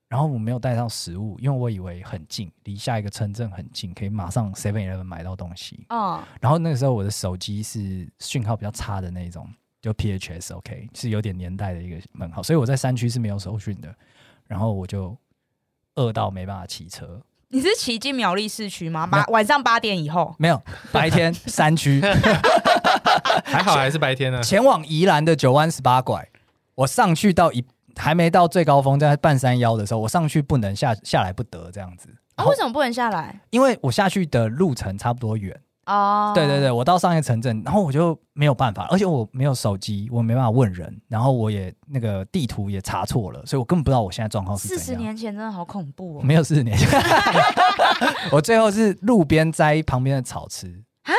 Speaker 2: 然后我没有带上食物，因为我以为很近，离下一个村镇很近，可以马上 Seven Eleven 买到东西。
Speaker 1: 嗯，
Speaker 2: 然后那个时候我的手机是讯号比较差的那种，就 PHS OK 是有点年代的一个门号，所以我在山区是没有手讯的。然后我就饿到没办法骑车，
Speaker 1: 你是骑进苗栗市区吗？
Speaker 2: 没
Speaker 1: 晚
Speaker 2: 有
Speaker 1: 晚上八点以后，
Speaker 2: 没有白天山区
Speaker 3: 还好还是
Speaker 2: (laughs)
Speaker 3: 白天呢。
Speaker 2: 前往宜兰的九弯十八拐，我上去到一还没到最高峰，在半山腰的时候，我上去不能下下来不得这样子，
Speaker 1: 啊，为什么不能下来？
Speaker 2: 因为我下去的路程差不多远。
Speaker 1: 哦，
Speaker 2: 对对对，我到上一个城镇，然后我就没有办法，而且我没有手机，我没办法问人，然后我也那个地图也查错了，所以我根本不知道我现在状况是怎
Speaker 1: 四
Speaker 2: 样。
Speaker 1: 十年前真的好恐怖哦！
Speaker 2: 没有四十
Speaker 1: (laughs)
Speaker 2: 年，我最后是路边摘旁边的草吃啊。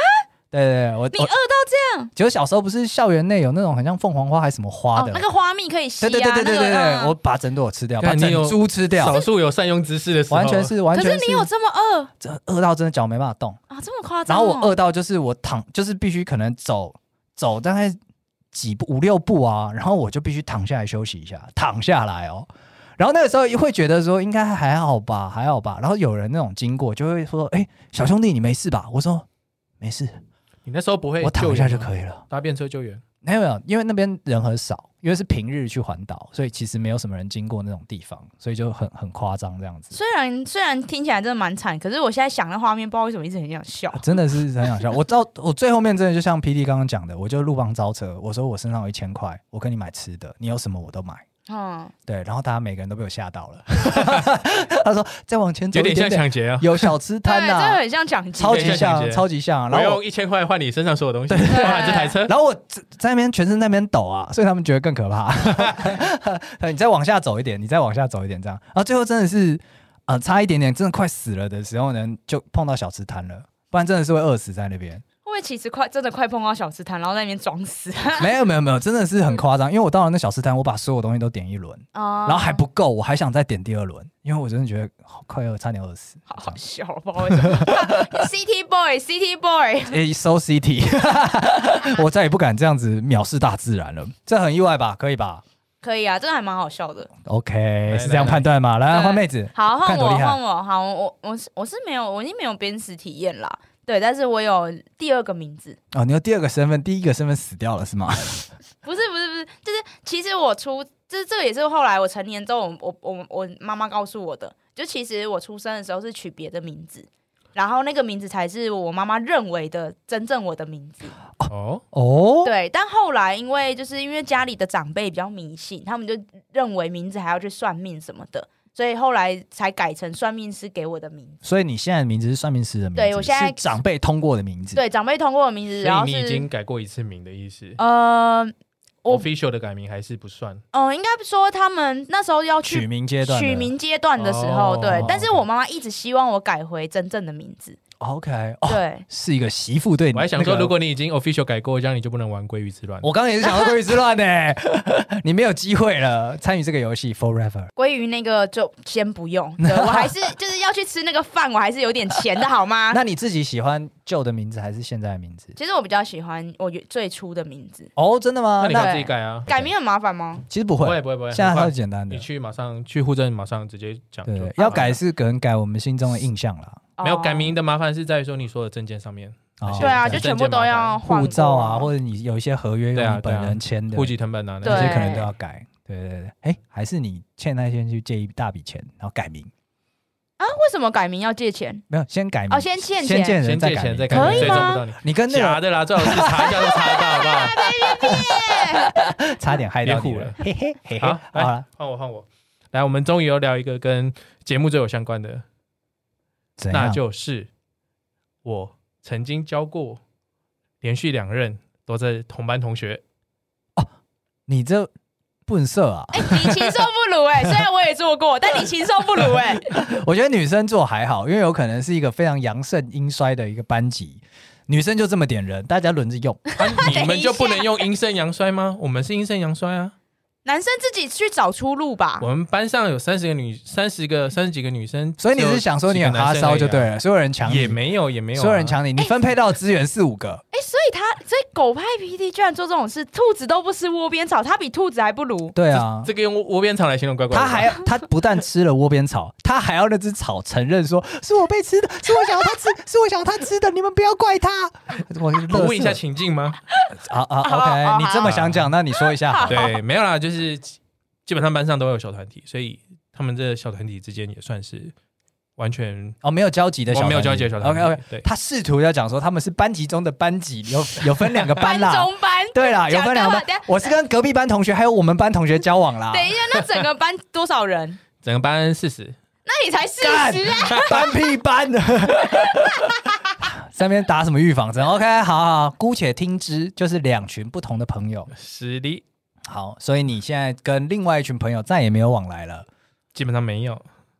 Speaker 2: 对对对，我
Speaker 1: 你饿
Speaker 2: 我
Speaker 1: 到这样，
Speaker 2: 就小时候不是校园内有那种很像凤凰花还是什么花
Speaker 1: 哦
Speaker 2: 的，，
Speaker 1: 那个花蜜可以吸
Speaker 2: 对
Speaker 1: 啊，
Speaker 2: 对对对对对
Speaker 1: 那
Speaker 2: 对，
Speaker 1: 个
Speaker 2: 我把整朵吃掉，把
Speaker 3: 看
Speaker 2: 整
Speaker 3: 你有
Speaker 2: 株吃掉
Speaker 3: 少，数有善用知识的时候，啊
Speaker 2: 完全是完
Speaker 1: 可
Speaker 2: 全
Speaker 1: 是你有这么饿
Speaker 2: 真饿到真的脚没办法动。
Speaker 1: 啊？这么夸张
Speaker 2: 然
Speaker 1: 哦？
Speaker 2: 后我饿到就是我躺，就是必须可能走走大概几步五六步啊，然后我就必须躺下来休息一下，躺下来哦。然后那个时候会觉得说应该还好吧，还好吧。然后有人那种经过就会说：“哎、小兄弟，你没事吧？”我说：“没事，
Speaker 3: 你那时候不会，
Speaker 2: 我躺一下就可
Speaker 3: 以。
Speaker 2: 以了。
Speaker 3: 搭便车救援，”
Speaker 2: 没有没有，因为那边人很少，因为是平日去环岛，所以其实没有什么人经过那种地方，所以就很很夸张这样子。
Speaker 1: 虽然虽然听起来真的蛮惨，可是我现在想那画面，不知道为什么一直很想笑
Speaker 2: 啊。真的是很想笑。我到我最后面真的就像 P D 刚刚讲的，我就路旁招车，我说我身上有一千块，我跟你买吃的，你有什么我都买。
Speaker 1: 嗯，
Speaker 2: 对，然后大家每个人都被我吓到了。 (laughs) 他说再往前走
Speaker 3: 有
Speaker 2: 一点
Speaker 3: 点像
Speaker 2: 点
Speaker 3: 抢劫啊！
Speaker 2: 有小吃
Speaker 1: 对，
Speaker 2: 摊
Speaker 1: 真的
Speaker 2: 呐、
Speaker 1: 很像讲
Speaker 2: 超
Speaker 3: 有
Speaker 2: 级
Speaker 3: 点像抢
Speaker 2: 像，
Speaker 3: 劫
Speaker 2: 超级像。
Speaker 3: 我
Speaker 2: 然后
Speaker 3: 用
Speaker 2: 我
Speaker 3: 一千块换你身上所有东西，包含这台车。
Speaker 2: 然后我在在那边全身在那边抖啊，所以他们觉得更可怕。 (laughs) 你再往下走一点，你再往下走一点，这样，然后最后真的是呃差一点点，真的快死了的时候呢，就碰到小吃摊了，不然真的是会饿死在那边。
Speaker 1: 会不会其实快真的快碰到小吃摊，然后在那边装死
Speaker 2: (laughs) 没有没有没有，真的是很夸张，因为我到了那小吃摊，我把所有东西都点一轮，
Speaker 1: 啊
Speaker 2: 然后还不够，我还想再点第二轮，因为我真的觉得好快饿，差点饿
Speaker 1: (laughs)
Speaker 2: 死。
Speaker 1: 好好笑，不知道为什么。City Boy，City Boy，
Speaker 2: 诶、s o 哎 City，我再也不敢这样子藐视大自然了，这很意外吧？可以吧
Speaker 1: 可以啊，真的还蛮好笑的。
Speaker 2: ？OK，是这样判断吗？来，啊
Speaker 1: 来
Speaker 2: 换妹子，
Speaker 1: 好，换
Speaker 2: 看多
Speaker 1: 我，
Speaker 2: 厉害
Speaker 1: 换我，好，我我是我是没有，我已经没有濒死体验啦。对，但是我有第二个名字，
Speaker 2: 哦，你有第二个身份，第一个身份死掉了是吗？
Speaker 1: 不是不是不是，就是其实我出，就是这个也是后来我成年之后，我我我我妈妈告诉我的，就其实我出生的时候是取别的名字，然后那个名字才是我妈妈认为的真正我的名字。
Speaker 3: 哦，
Speaker 2: 哦，
Speaker 1: 对，但后来因为就是因为家里的长辈比较迷信，他们就认为名字还要去算命什么的，所以后来才改成算命师给我的名字。
Speaker 2: 所以你现在的名字是算命师的名字，
Speaker 1: 对我现在
Speaker 2: 是长辈通过的名字。
Speaker 1: 对，长辈通过我名字，
Speaker 3: 所
Speaker 1: 然后
Speaker 3: 以
Speaker 1: 是
Speaker 3: 你已经改过一次名的意思
Speaker 1: 呃我
Speaker 3: ？official 的改名还是不算？
Speaker 1: 呃，应该说他们那时候要
Speaker 2: 取
Speaker 1: 去
Speaker 2: 名阶段的，
Speaker 1: 取名阶段的时候，
Speaker 3: 哦
Speaker 1: 对，但是
Speaker 2: OK
Speaker 1: 我妈妈一直希望我改回真正的名字，
Speaker 2: ，OK，哦，
Speaker 1: 对。
Speaker 2: 是一个媳妇对你。
Speaker 3: 我还想说，
Speaker 2: 那个
Speaker 3: 如果你已经 official 改过，这样你就不能玩鲑鱼之乱。
Speaker 2: (laughs) 我刚刚也是想到鲑鱼之
Speaker 3: (laughs)
Speaker 2: 乱呢、你没有机会了，参与这个游戏 forever。
Speaker 1: 鲑鱼那个就先不用，对我
Speaker 3: (laughs)
Speaker 1: 还是就是要去吃那个饭，我还是有点钱的好
Speaker 3: 啊
Speaker 1: 吗？
Speaker 2: 那你自己喜欢旧的名字还是现在的名字？
Speaker 1: 其实我比较喜欢我原最初的名字，
Speaker 2: 哦，真的吗
Speaker 3: 那？你
Speaker 2: 那
Speaker 3: 要自己改啊，
Speaker 1: 改名很麻烦吗？
Speaker 2: 其实不
Speaker 3: 不
Speaker 2: 会，
Speaker 3: 会不会不会，
Speaker 2: 现在
Speaker 3: 很
Speaker 2: 它
Speaker 3: 快
Speaker 2: 是简单的
Speaker 3: 你。去马上去户政，马上直接讲
Speaker 2: 对
Speaker 3: 就好了。，
Speaker 2: 要改是可能改我们心中的印象啦，
Speaker 3: 没有
Speaker 1: 哦
Speaker 3: 改名的麻烦是在于说你说的证件上面，
Speaker 2: 哦
Speaker 3: 那些
Speaker 1: 对啊，就
Speaker 3: 证
Speaker 1: 全
Speaker 3: 件
Speaker 1: 部都
Speaker 3: 麻烦
Speaker 1: 要换
Speaker 2: 护照啊，
Speaker 1: 过
Speaker 2: 或者你有一些合约
Speaker 3: 对啊
Speaker 2: 用你本人签的，
Speaker 3: 户籍成本啊，
Speaker 2: 这
Speaker 3: 那
Speaker 2: 些
Speaker 3: 些
Speaker 1: 对
Speaker 2: 可能都要改。对对对，哎，还是你欠那些人去借一大笔钱，然后改名，
Speaker 1: 啊？为什么改名要借钱？
Speaker 2: 没有先改名
Speaker 1: 哦，先欠钱
Speaker 2: 先欠人
Speaker 3: 先
Speaker 2: 再
Speaker 3: 借
Speaker 2: 改
Speaker 3: 钱
Speaker 2: 名
Speaker 3: 再改
Speaker 1: 可
Speaker 3: 名，
Speaker 1: 以
Speaker 3: 追踪
Speaker 1: 吗
Speaker 3: 不到你。
Speaker 2: 你跟那
Speaker 3: 假
Speaker 2: 个
Speaker 3: 的啦，最好是查一下就查得到，好不好？
Speaker 1: 哎
Speaker 2: 差点害到你
Speaker 3: 别唬了
Speaker 2: 嘿嘿嘿嘿，
Speaker 3: 好来
Speaker 2: 好了，
Speaker 3: 换我换我，来，我们终于要聊一个跟节目最有相关的，
Speaker 2: 怎
Speaker 3: 那
Speaker 2: 样
Speaker 3: 就是我曾经教过连续两任都在同班同学，
Speaker 2: 你这笨色啊！
Speaker 1: 哎、你禽兽不如哎、虽然我也做过，但你禽兽不如哎、
Speaker 2: 我觉得女生做还好，因为有可能是一个非常阳盛阴衰的一个班级，女生就这么点人，大家轮着用。
Speaker 3: 啊你们就不
Speaker 1: (laughs) 等一
Speaker 3: 能
Speaker 1: 下
Speaker 3: 用阴盛阳衰吗？我们是阴盛阳衰啊，
Speaker 1: 男生自己去找出路吧。
Speaker 3: 我们班上有三十个女，三十个三十几个女生，
Speaker 2: 所以你是想说你很哈骚就对
Speaker 3: 了，
Speaker 2: 了，所有人抢你
Speaker 3: 啊也，没有也没有啊，
Speaker 2: 所有人抢你，你分配到资源四五个，
Speaker 1: 哎、所以他，所以狗派 PD 居然做这种事，兔子都不吃窝边草，他比兔子还不如。
Speaker 2: 对啊。
Speaker 3: 这个用窝边草来形容怪怪的
Speaker 2: 他
Speaker 3: 吧，
Speaker 2: 还要，他不但吃了窝边草，他还要那只草承认说是我被吃的，是我想要他吃，是我想要他吃的，你们不要怪他。我
Speaker 3: 我问一下
Speaker 2: 乐色
Speaker 3: 情境 (laughs) 吗？
Speaker 2: 啊啊
Speaker 1: 好好 (laughs)
Speaker 2: ，OK，你这么想讲，那你说一下好了。
Speaker 3: 对，没有啦，就是基本上班上都会有小团体，所以他们这小团体之间也算是完全
Speaker 2: 哦，没有交集的小
Speaker 3: 我
Speaker 2: 团
Speaker 3: 没
Speaker 2: 体，
Speaker 3: 有交集的小团体
Speaker 2: OK OK，
Speaker 3: 对
Speaker 2: 他试图要讲说他们是班级中的班级，有有分两个班啦。
Speaker 1: 中班，
Speaker 2: 对啦，有分两个
Speaker 1: 讲干
Speaker 2: 班
Speaker 1: 嘛。
Speaker 2: 我是跟隔壁班同学还有我们班同学交往啦。
Speaker 1: 等一下，那整个班多少人？
Speaker 3: 整个班四十，
Speaker 1: 那你才四
Speaker 2: 干哦
Speaker 1: 十啊！
Speaker 2: 班屁班 (laughs) 的，上面打什么预防针？OK，好好，姑且听之，就是两群不同的朋友。
Speaker 3: 实力
Speaker 2: 好，所以你现在跟另外一群朋友再也没有往来了。
Speaker 3: 基本上没有，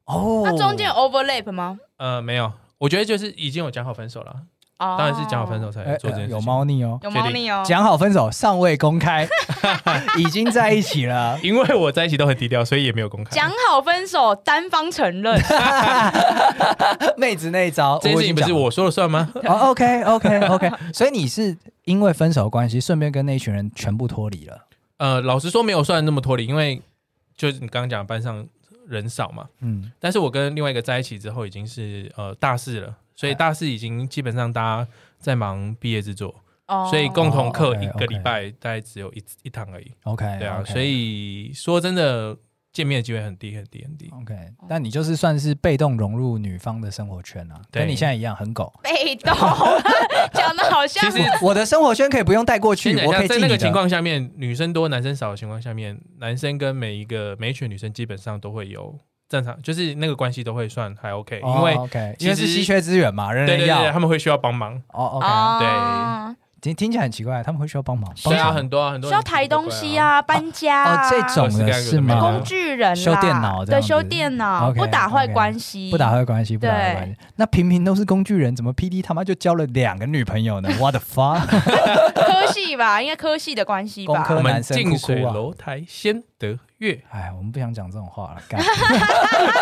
Speaker 2: 哦，
Speaker 1: 那中间有 overlap 吗？
Speaker 3: 呃，没有。我觉得就是已经有讲好分手了，啊
Speaker 1: 哦
Speaker 3: 当然是讲好分手才
Speaker 2: 哎
Speaker 3: 做这件事情。
Speaker 2: 有猫腻哦，
Speaker 1: 有猫腻哦。
Speaker 2: 讲好分手尚未公开，已经在一起了。
Speaker 3: 因为我在一起都很低调，所以也没有公开。
Speaker 1: 讲好分手，单方承认。
Speaker 2: (laughs) 妹子那一招，
Speaker 3: 这件事情不是我说了算吗？
Speaker 2: 哦，OK OK OK，所以你是因为分手的关系，顺便跟那一群人全部脱离了。
Speaker 3: 呃，老实说没有算那么脱离，因为就是你刚刚讲班上人少嘛。
Speaker 2: 嗯，
Speaker 3: 但是我跟另外一个在一起之
Speaker 2: 哎
Speaker 3: 后，已经是呃大四了，所以大四已经基本上大家在忙毕业制作，
Speaker 1: 哦
Speaker 3: 所以共同
Speaker 2: 哦
Speaker 3: 课一个
Speaker 2: OK，OK
Speaker 3: 礼拜大概只有一一堂而已。
Speaker 2: 哦 OK，
Speaker 3: 对啊，所以说真的见面的机会很低很低很低。
Speaker 2: OK，但你就是算是被动融入女方的生活圈啊，
Speaker 3: 对
Speaker 2: 跟你现在一样很狗。
Speaker 1: 被动， (laughs) 讲的好像
Speaker 3: 其实
Speaker 2: 我的生活圈可以不用带过去
Speaker 3: 先，讲
Speaker 2: 我
Speaker 3: 一
Speaker 2: 可
Speaker 3: 下，
Speaker 2: 以
Speaker 3: 在
Speaker 2: 进
Speaker 3: 那
Speaker 2: 你
Speaker 3: 个
Speaker 2: 的。
Speaker 3: 情况下面，女生多男生少的情况下面，男生跟每一个每一群女生基本上都会有正常，就是那个关系都会算还 OK，、
Speaker 2: 哦
Speaker 3: 因为
Speaker 2: OK，
Speaker 3: 其
Speaker 2: 因为是
Speaker 3: 实
Speaker 2: 稀缺资源嘛，人
Speaker 3: 对
Speaker 2: 人
Speaker 3: 对
Speaker 2: 要。
Speaker 3: 对，他们会需要帮忙，
Speaker 2: 哦，OK，、
Speaker 1: 哦
Speaker 2: 听听起来很奇怪，他们会需要帮忙，
Speaker 1: 需
Speaker 2: 帮
Speaker 3: 对啊，
Speaker 2: 忙
Speaker 3: 很多啊，很多
Speaker 1: 需要
Speaker 3: 人
Speaker 1: 抬东西
Speaker 3: 啊，
Speaker 1: 啊，搬家
Speaker 2: 哦
Speaker 1: 啊，
Speaker 2: 这种的是吗？
Speaker 3: 啊
Speaker 1: 工具人啦，
Speaker 2: 修电脑这样
Speaker 1: 对，
Speaker 2: 子
Speaker 1: 修电脑
Speaker 2: OK，
Speaker 1: 不打坏
Speaker 2: OK
Speaker 1: 关系，
Speaker 2: 不打坏关系，不打坏
Speaker 1: 嗯对
Speaker 2: 关系。那平平都是工具人，怎么 PD 他妈就交了两个女朋友呢？What the fuck？ (laughs)
Speaker 1: 科系吧，应该科系的关系
Speaker 2: 工
Speaker 1: 吧
Speaker 2: 科。
Speaker 3: 我
Speaker 2: 男
Speaker 3: 们
Speaker 2: 生
Speaker 3: 近
Speaker 2: 哭
Speaker 3: 水
Speaker 2: 哭啊
Speaker 3: 楼台先得月。
Speaker 2: 哎，我们不想讲这种话了，
Speaker 1: (laughs)
Speaker 2: 干。 (laughs)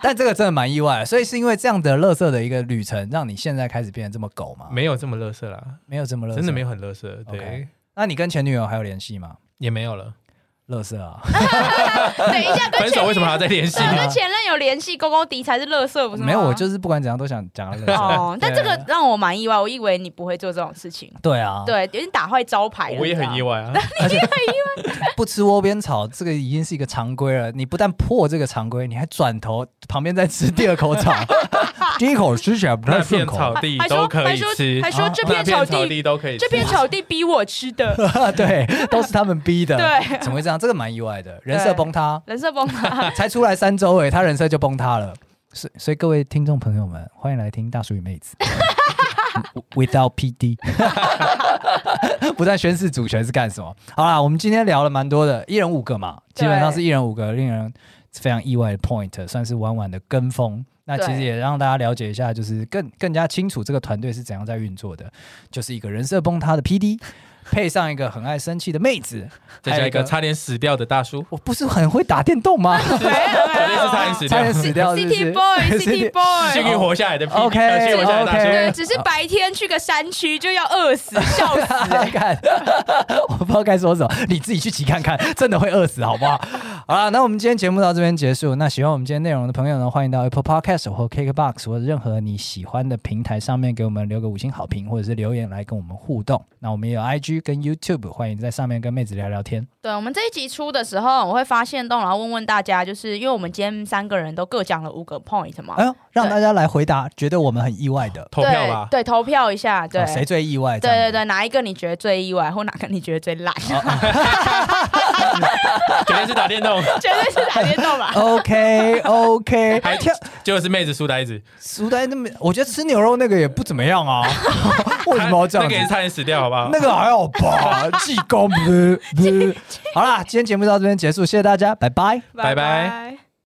Speaker 2: 但这个真的蛮意外的，所以是因为这样的乐色的一个旅程，让你现在开始变得这么狗吗？
Speaker 3: 没有这么乐色啦，
Speaker 2: 没有这么乐色，
Speaker 3: 真的没。有很乐色，对
Speaker 2: OK 那你跟前女友还有联系吗？
Speaker 3: 也没有了。
Speaker 2: 乐色啊，
Speaker 1: 等一下，跟
Speaker 2: (laughs)
Speaker 3: 分手
Speaker 1: 前
Speaker 3: 为什么还要再联系
Speaker 1: 对？啊
Speaker 2: 吗
Speaker 1: 跟前任有联系，勾勾敌才是乐色，不是吗？
Speaker 2: 没有，我
Speaker 3: (laughs)
Speaker 2: 就是不管怎样都想讲乐色。
Speaker 1: 啊哦，但这
Speaker 2: 对
Speaker 1: 个让我蛮意外，我以为你不会做这种事情，
Speaker 2: 对啊，
Speaker 1: 对，有点打坏招牌了。
Speaker 3: 我也很意
Speaker 1: 外，
Speaker 3: 外
Speaker 1: (laughs)
Speaker 3: 啊，
Speaker 2: (laughs) 而且不吃窝边草，这个已经是一个常规了。你不但破这个常规，你还转头旁边再吃第二口 (laughs) 草，第一口吃起来不太
Speaker 3: 那
Speaker 2: 顺
Speaker 3: 片
Speaker 2: 口，
Speaker 3: 草地
Speaker 1: 还
Speaker 3: 都
Speaker 1: 说
Speaker 3: 可
Speaker 1: 还
Speaker 3: 以
Speaker 1: 说
Speaker 3: 吃，哦
Speaker 1: 还说这
Speaker 3: 那
Speaker 1: 片
Speaker 3: 片
Speaker 1: 草
Speaker 3: 草
Speaker 1: 地
Speaker 3: 地都可以吃，
Speaker 1: 这片草地逼我吃
Speaker 2: (laughs)
Speaker 1: 的，
Speaker 2: 对，都是他们逼的。
Speaker 1: 对
Speaker 2: 怎么会这样？这个蛮意外的，人设
Speaker 1: 对
Speaker 2: 崩塌，
Speaker 1: 人设崩
Speaker 3: (laughs)
Speaker 1: 塌。
Speaker 2: 啊才出来三周哎，他人设就崩塌了。所以所以各位听众朋友们，欢迎来听大叔与妹子 (laughs) ，without PD，不但宣示主权是干什么？好啦，我们今天聊了蛮多的，一人五个嘛，基本上是一人五个，令人非常意外的 point，算是婉婉的跟风。那其实
Speaker 1: 对
Speaker 2: 也让大家了解一下，就是更更加清楚这个团队是怎样在运作的，就是一个人设崩塌的 PD，配上一个很爱生气的妹子，
Speaker 3: 再
Speaker 2: 还
Speaker 3: 加
Speaker 2: 有
Speaker 3: 一
Speaker 2: 一个
Speaker 3: 个差点死掉的大叔，
Speaker 2: 我不是很会打电动吗？
Speaker 1: 没有没有
Speaker 3: 绝对是差点死
Speaker 2: 差点
Speaker 3: 掉，
Speaker 2: 死掉是不是
Speaker 1: City
Speaker 2: (laughs)
Speaker 1: Boy，City Boy，
Speaker 3: 幸运活下来的屁
Speaker 2: 哎 OK，
Speaker 3: (laughs) 幸运活下来的大
Speaker 2: OK
Speaker 3: 叔。
Speaker 1: 对，只是白天去个山区就要饿死，笑死。
Speaker 2: 看，我不知道该说什么，你自己去骑看看，真的会饿死，好不 (laughs) 好？好了，那我们今天节目到这边结束。那喜欢我们今天内容的朋友呢，欢迎到 Apple Podcast 或 KKBox 或者任何你喜欢的平台上面给我们留个五星好评，或者是留言来跟我们互动。那我们也有 IG 跟 YouTube，欢迎在上面跟妹子聊聊天。
Speaker 1: (laughs) 对我们这一集出的时候，我会发现动，然后问问大家，就是因为我们今天三个人都各讲了五个 point 嘛
Speaker 2: 哎，呦，让大家来回答，觉得我们很意外的，
Speaker 3: 投票吧，
Speaker 1: 对，对，投票一下，对，
Speaker 2: 哦谁最意外？
Speaker 1: 对对对，哪一个你觉得最意外，或哪个你觉得最烂？
Speaker 3: 绝对是打电动，
Speaker 1: (laughs) 绝对是打电动吧。
Speaker 2: OK OK，
Speaker 3: 还
Speaker 2: 跳
Speaker 3: (laughs) 就是妹子输呆子，
Speaker 2: 苏丹那么，我觉得吃牛肉那个也不怎么样
Speaker 3: (laughs)
Speaker 2: 啊，为什么要这样子
Speaker 3: 那个也？是差点死掉，好不好？
Speaker 2: 那个还好吧， (laughs)
Speaker 3: (laughs)
Speaker 2: 济公不不。好啦，今天节目到这边结束，谢谢大家，拜拜。
Speaker 3: 拜拜。